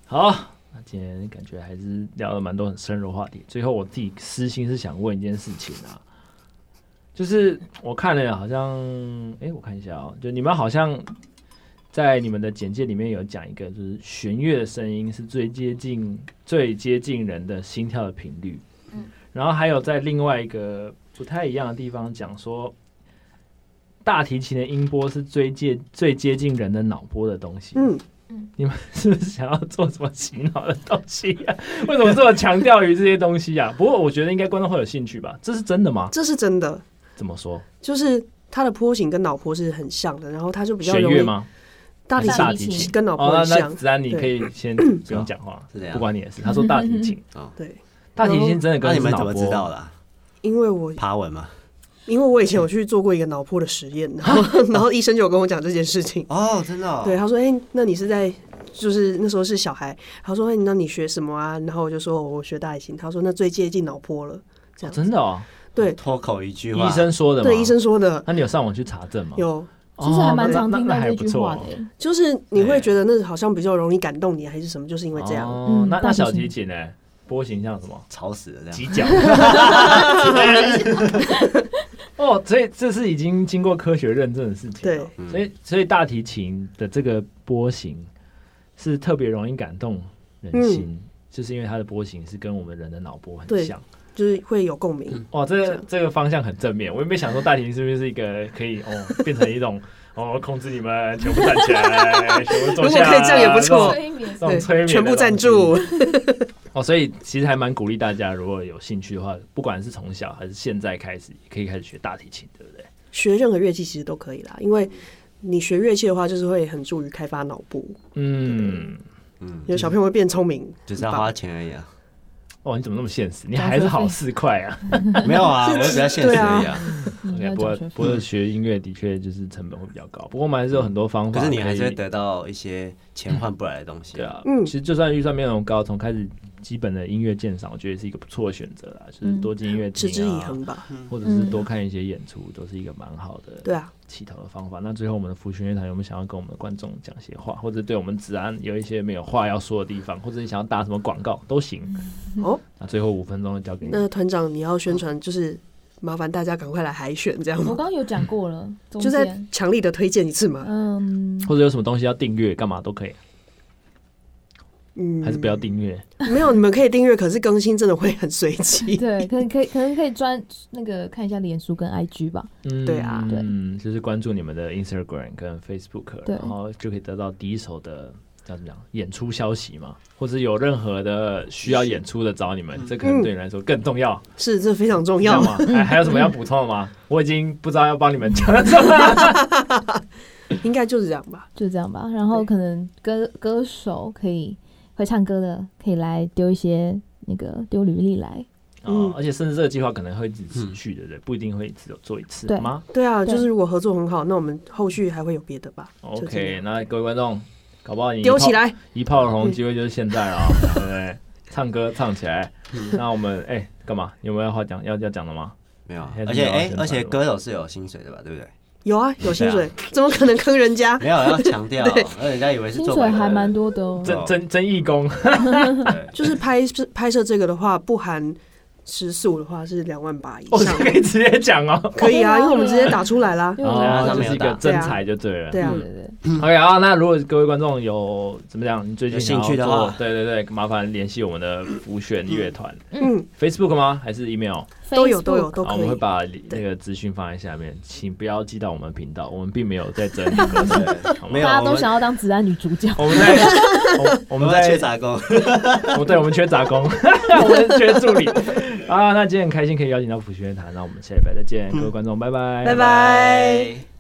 A: 好，那今天感觉还是聊了蛮多很深入的话题。最后我自己私心是想问一件事情啊，就是我看了好像，哎、我看一下哦，就你们好像在你们的简介里面有讲一个，就是弦乐的声音是最接近最接近人的心跳的频率。然后还有在另外一个不太一样的地方讲说，大提琴的音波是最接最接近人的脑波的东西。
D: 嗯，
A: 你们 是不是想要做什么洗脑的东西呀、 为什么这么强调于这些东西呀、不过我觉得应该观众会有兴趣吧？这是真的吗？
D: 这是真的，
A: 怎么说？
D: 就是它的坡形跟脑坡是很像的，然后它就比较
A: 弦
D: 容
A: 乐
D: 易
A: 吗？
D: 大提
A: 大提
D: 琴
A: 琴
D: 跟脑
A: 哦
D: 坡，很
A: 那那
D: 像，
A: 子安你
D: 对嗯
A: 可以 先不用讲话
C: 是这，样
A: 不关你的事。他说大提琴，
D: 对，
A: 大提琴真的
C: 那
A: 跟
C: 你们
A: 脑
C: 怎么知道
A: 波？
C: 的啊？
D: 因为我
C: 爬文吗？
D: 因为我以前有去做过一个脑波的实验，然 后然后医生就有跟我讲这件事情。
C: 哦，真的哦，
D: 对，他说：“哎、那你是在就是那时候是小孩。”他说：“哎、那你学什么啊？”然后我就说：“我学大提琴。”他说：“那最接近脑波了。”这样子、
A: 真的哦，
D: 对
C: 脱口一句话，
A: 医生说的吗？哦
D: 对，医生说的
A: 那你有上网去查证吗？
D: 有，
A: 哦，
E: 其实还蛮常
A: 那
E: 听
A: 那
E: 到
A: 那还
E: 这
A: 不
E: 句
A: 错
E: 话
A: 哦
E: 的耶，
D: 就是你会觉得那好像比较容易感动你，还是什么？就是因为这样，
A: 哦
E: 嗯，
A: 那那
E: 大提琴
A: 小提琴呢？波形像什么？
C: 吵死了这样。
A: 挤 脚。哦，所以这是已经经过科学认证的事情了。
C: 对
A: 所以所以大提琴的这个波形是特别容易感动人心，就是因为它的波形是跟我们人的脑波很
D: 嗯对
A: 像。
D: 就是会有共鸣。
A: 哇，这个这个方向很正面，我也没想说大提琴是不是一个可以哦变成一种 哦控制你们全部站起来，全部坐
D: 如
A: 下，
D: 果可以这样也不错
A: 这种
E: 催眠
A: 这种催眠的
D: 全部赞
A: 东西
D: 助，
A: 哦，所以其实还蛮鼓励大家，如果有兴趣的话，不管是从小还是现在开始，也可以开始学大提琴，对不对？
D: 学任何乐器其实都可以啦，因为你学乐器的话，就是会很助于开发脑部，
A: 嗯，
C: 嗯，
D: 有小朋友会变聪明，
C: 就是要花钱而已啊，
A: 哦，你怎么那么现实？你还是好事快啊！
C: 没有 啊，我比较现实而已啊。
E: 嗯
A: OK，
E: 要
A: 不过
E: 缴学
A: 不
E: 费
A: 过学音乐的确就是成本会比较高，不过我们还是有很多方法
C: 可
A: 以。
C: 是你还是会得到一些钱换不来的东西。
A: 对，啊，
D: 嗯
A: 其实就算预算没有那么高，从开始基本的音乐鉴赏，我觉得是一个不错的选择啦，就是多进音乐
D: 嗯持之
A: 厅
D: 以
A: 啊，
D: 恒吧。
A: 或者是多看一些演出，都是一个蛮好的
D: 对啊，
A: 起头的方法。那最后，我们的福群乐团有没有想要跟我们的观众讲些话，或者对我们子安有一些没有话要说的地方，或者你想要打什么广告都行。
D: 哦，
A: 那最后五分钟就交给
E: 嗯
A: 你。
D: 啊那团长你要宣传，就是麻烦大家赶快来海选，这样
E: 我
D: 吗？
E: 刚刚有讲过了，中
D: 嗯就再
E: 间
D: 强力的推荐一次嘛。
E: 嗯，
A: 或者有什么东西要订阅，干嘛都可以，
D: 嗯，
A: 还是不要订阅？
D: 没有，你们可以订阅，可是更新真的会很随 机。
E: 对，可能可以可能可以专那个看一下脸书跟 IG 吧，
A: 嗯，
D: 对啊
E: 对
A: 嗯，就是关注你们的 Instagram 跟 Facebook，
E: 对
A: 然后就可以得到第一手的叫怎么讲演出消息嘛，或者有任何的需要演出的找你们，这可能对你来说更重要。
D: 是，这非常重
A: 这
D: 要
A: 样。吗？还还有什么要补充的吗？我已经不知道要帮你们讲什么了。
D: 应该就是这样吧。
E: 就这样吧。然后
D: 对
E: 可能歌歌手可以会唱歌的，可以来丢一些那个丢履历来。
A: 哦
D: 嗯，
A: 而且甚至这个计划可能会一直持续，对不对？不一定会只有做一次
E: 对
A: 吗
D: 对啊，
E: 对
D: 就是如果合作很好，那我们后续还会有别的吧。就这
A: ？OK，
D: 样
A: 那各位观众，搞不好你一
D: 丢
A: 炮
D: 起来，
A: 一炮而红的机会就是现在了 啊，对不对？唱歌唱起来，
D: 嗯
A: 那我们哎干嘛？有没有话讲要要讲的吗？
C: 没有啊
A: 现在。
C: 而
A: 是没
C: 且
A: 有要
C: 哎
A: 宣，传
C: 而且
A: 的吗
C: 歌手是有薪水的吧？对不对？
D: 有啊，有薪水，怎么可能坑 人家？
C: 没有要强调，让人家以为是
E: 薪
C: 做
E: 水
C: 白工的
E: 还蛮。多的哦，
A: 真真真义工，
C: 对
D: 就是拍摄拍摄这个的话，不含时速的话是两万八以
A: 哦，
D: 上
A: 这，可以直接讲哦。
D: 可以啊，
E: 对啊
D: 因为我们直接打出来啦。
E: 因为我
A: 哦，
C: 上
A: 这
C: 面
A: 是
C: 有
A: 一个
C: 打
A: 真才就对了。
D: 对啊
E: 对，对对，
A: OK，好，那如果各位观众有怎么讲，你最近
C: 有兴趣
A: 想要
C: 的
A: 做
C: 话
A: 对对对，麻烦联系我们的浮选乐团
D: 嗯，
A: Facebook 吗？还是 email？
D: 都有都有
E: Facebook
D: 都
A: 好，我
D: 可
A: 们会
D: 以。
A: 把那
D: 对
A: 个资讯放在下面，请不要寄到我们频道，我们并没有在整 理歌手，好吗
C: 没有
E: 大家
C: 我
E: 都
C: 们
E: 想要当子安女主角。
A: 我们在，我我
C: 我
A: 们
C: 们在
A: 在，
C: 缺杂工，
A: 我对我们缺杂工， 我们缺助理
D: 嗯
A: 啊。那今天很开心可以邀请到普学谈，那我们下礼拜再见，各位观众，拜拜，
D: 拜拜。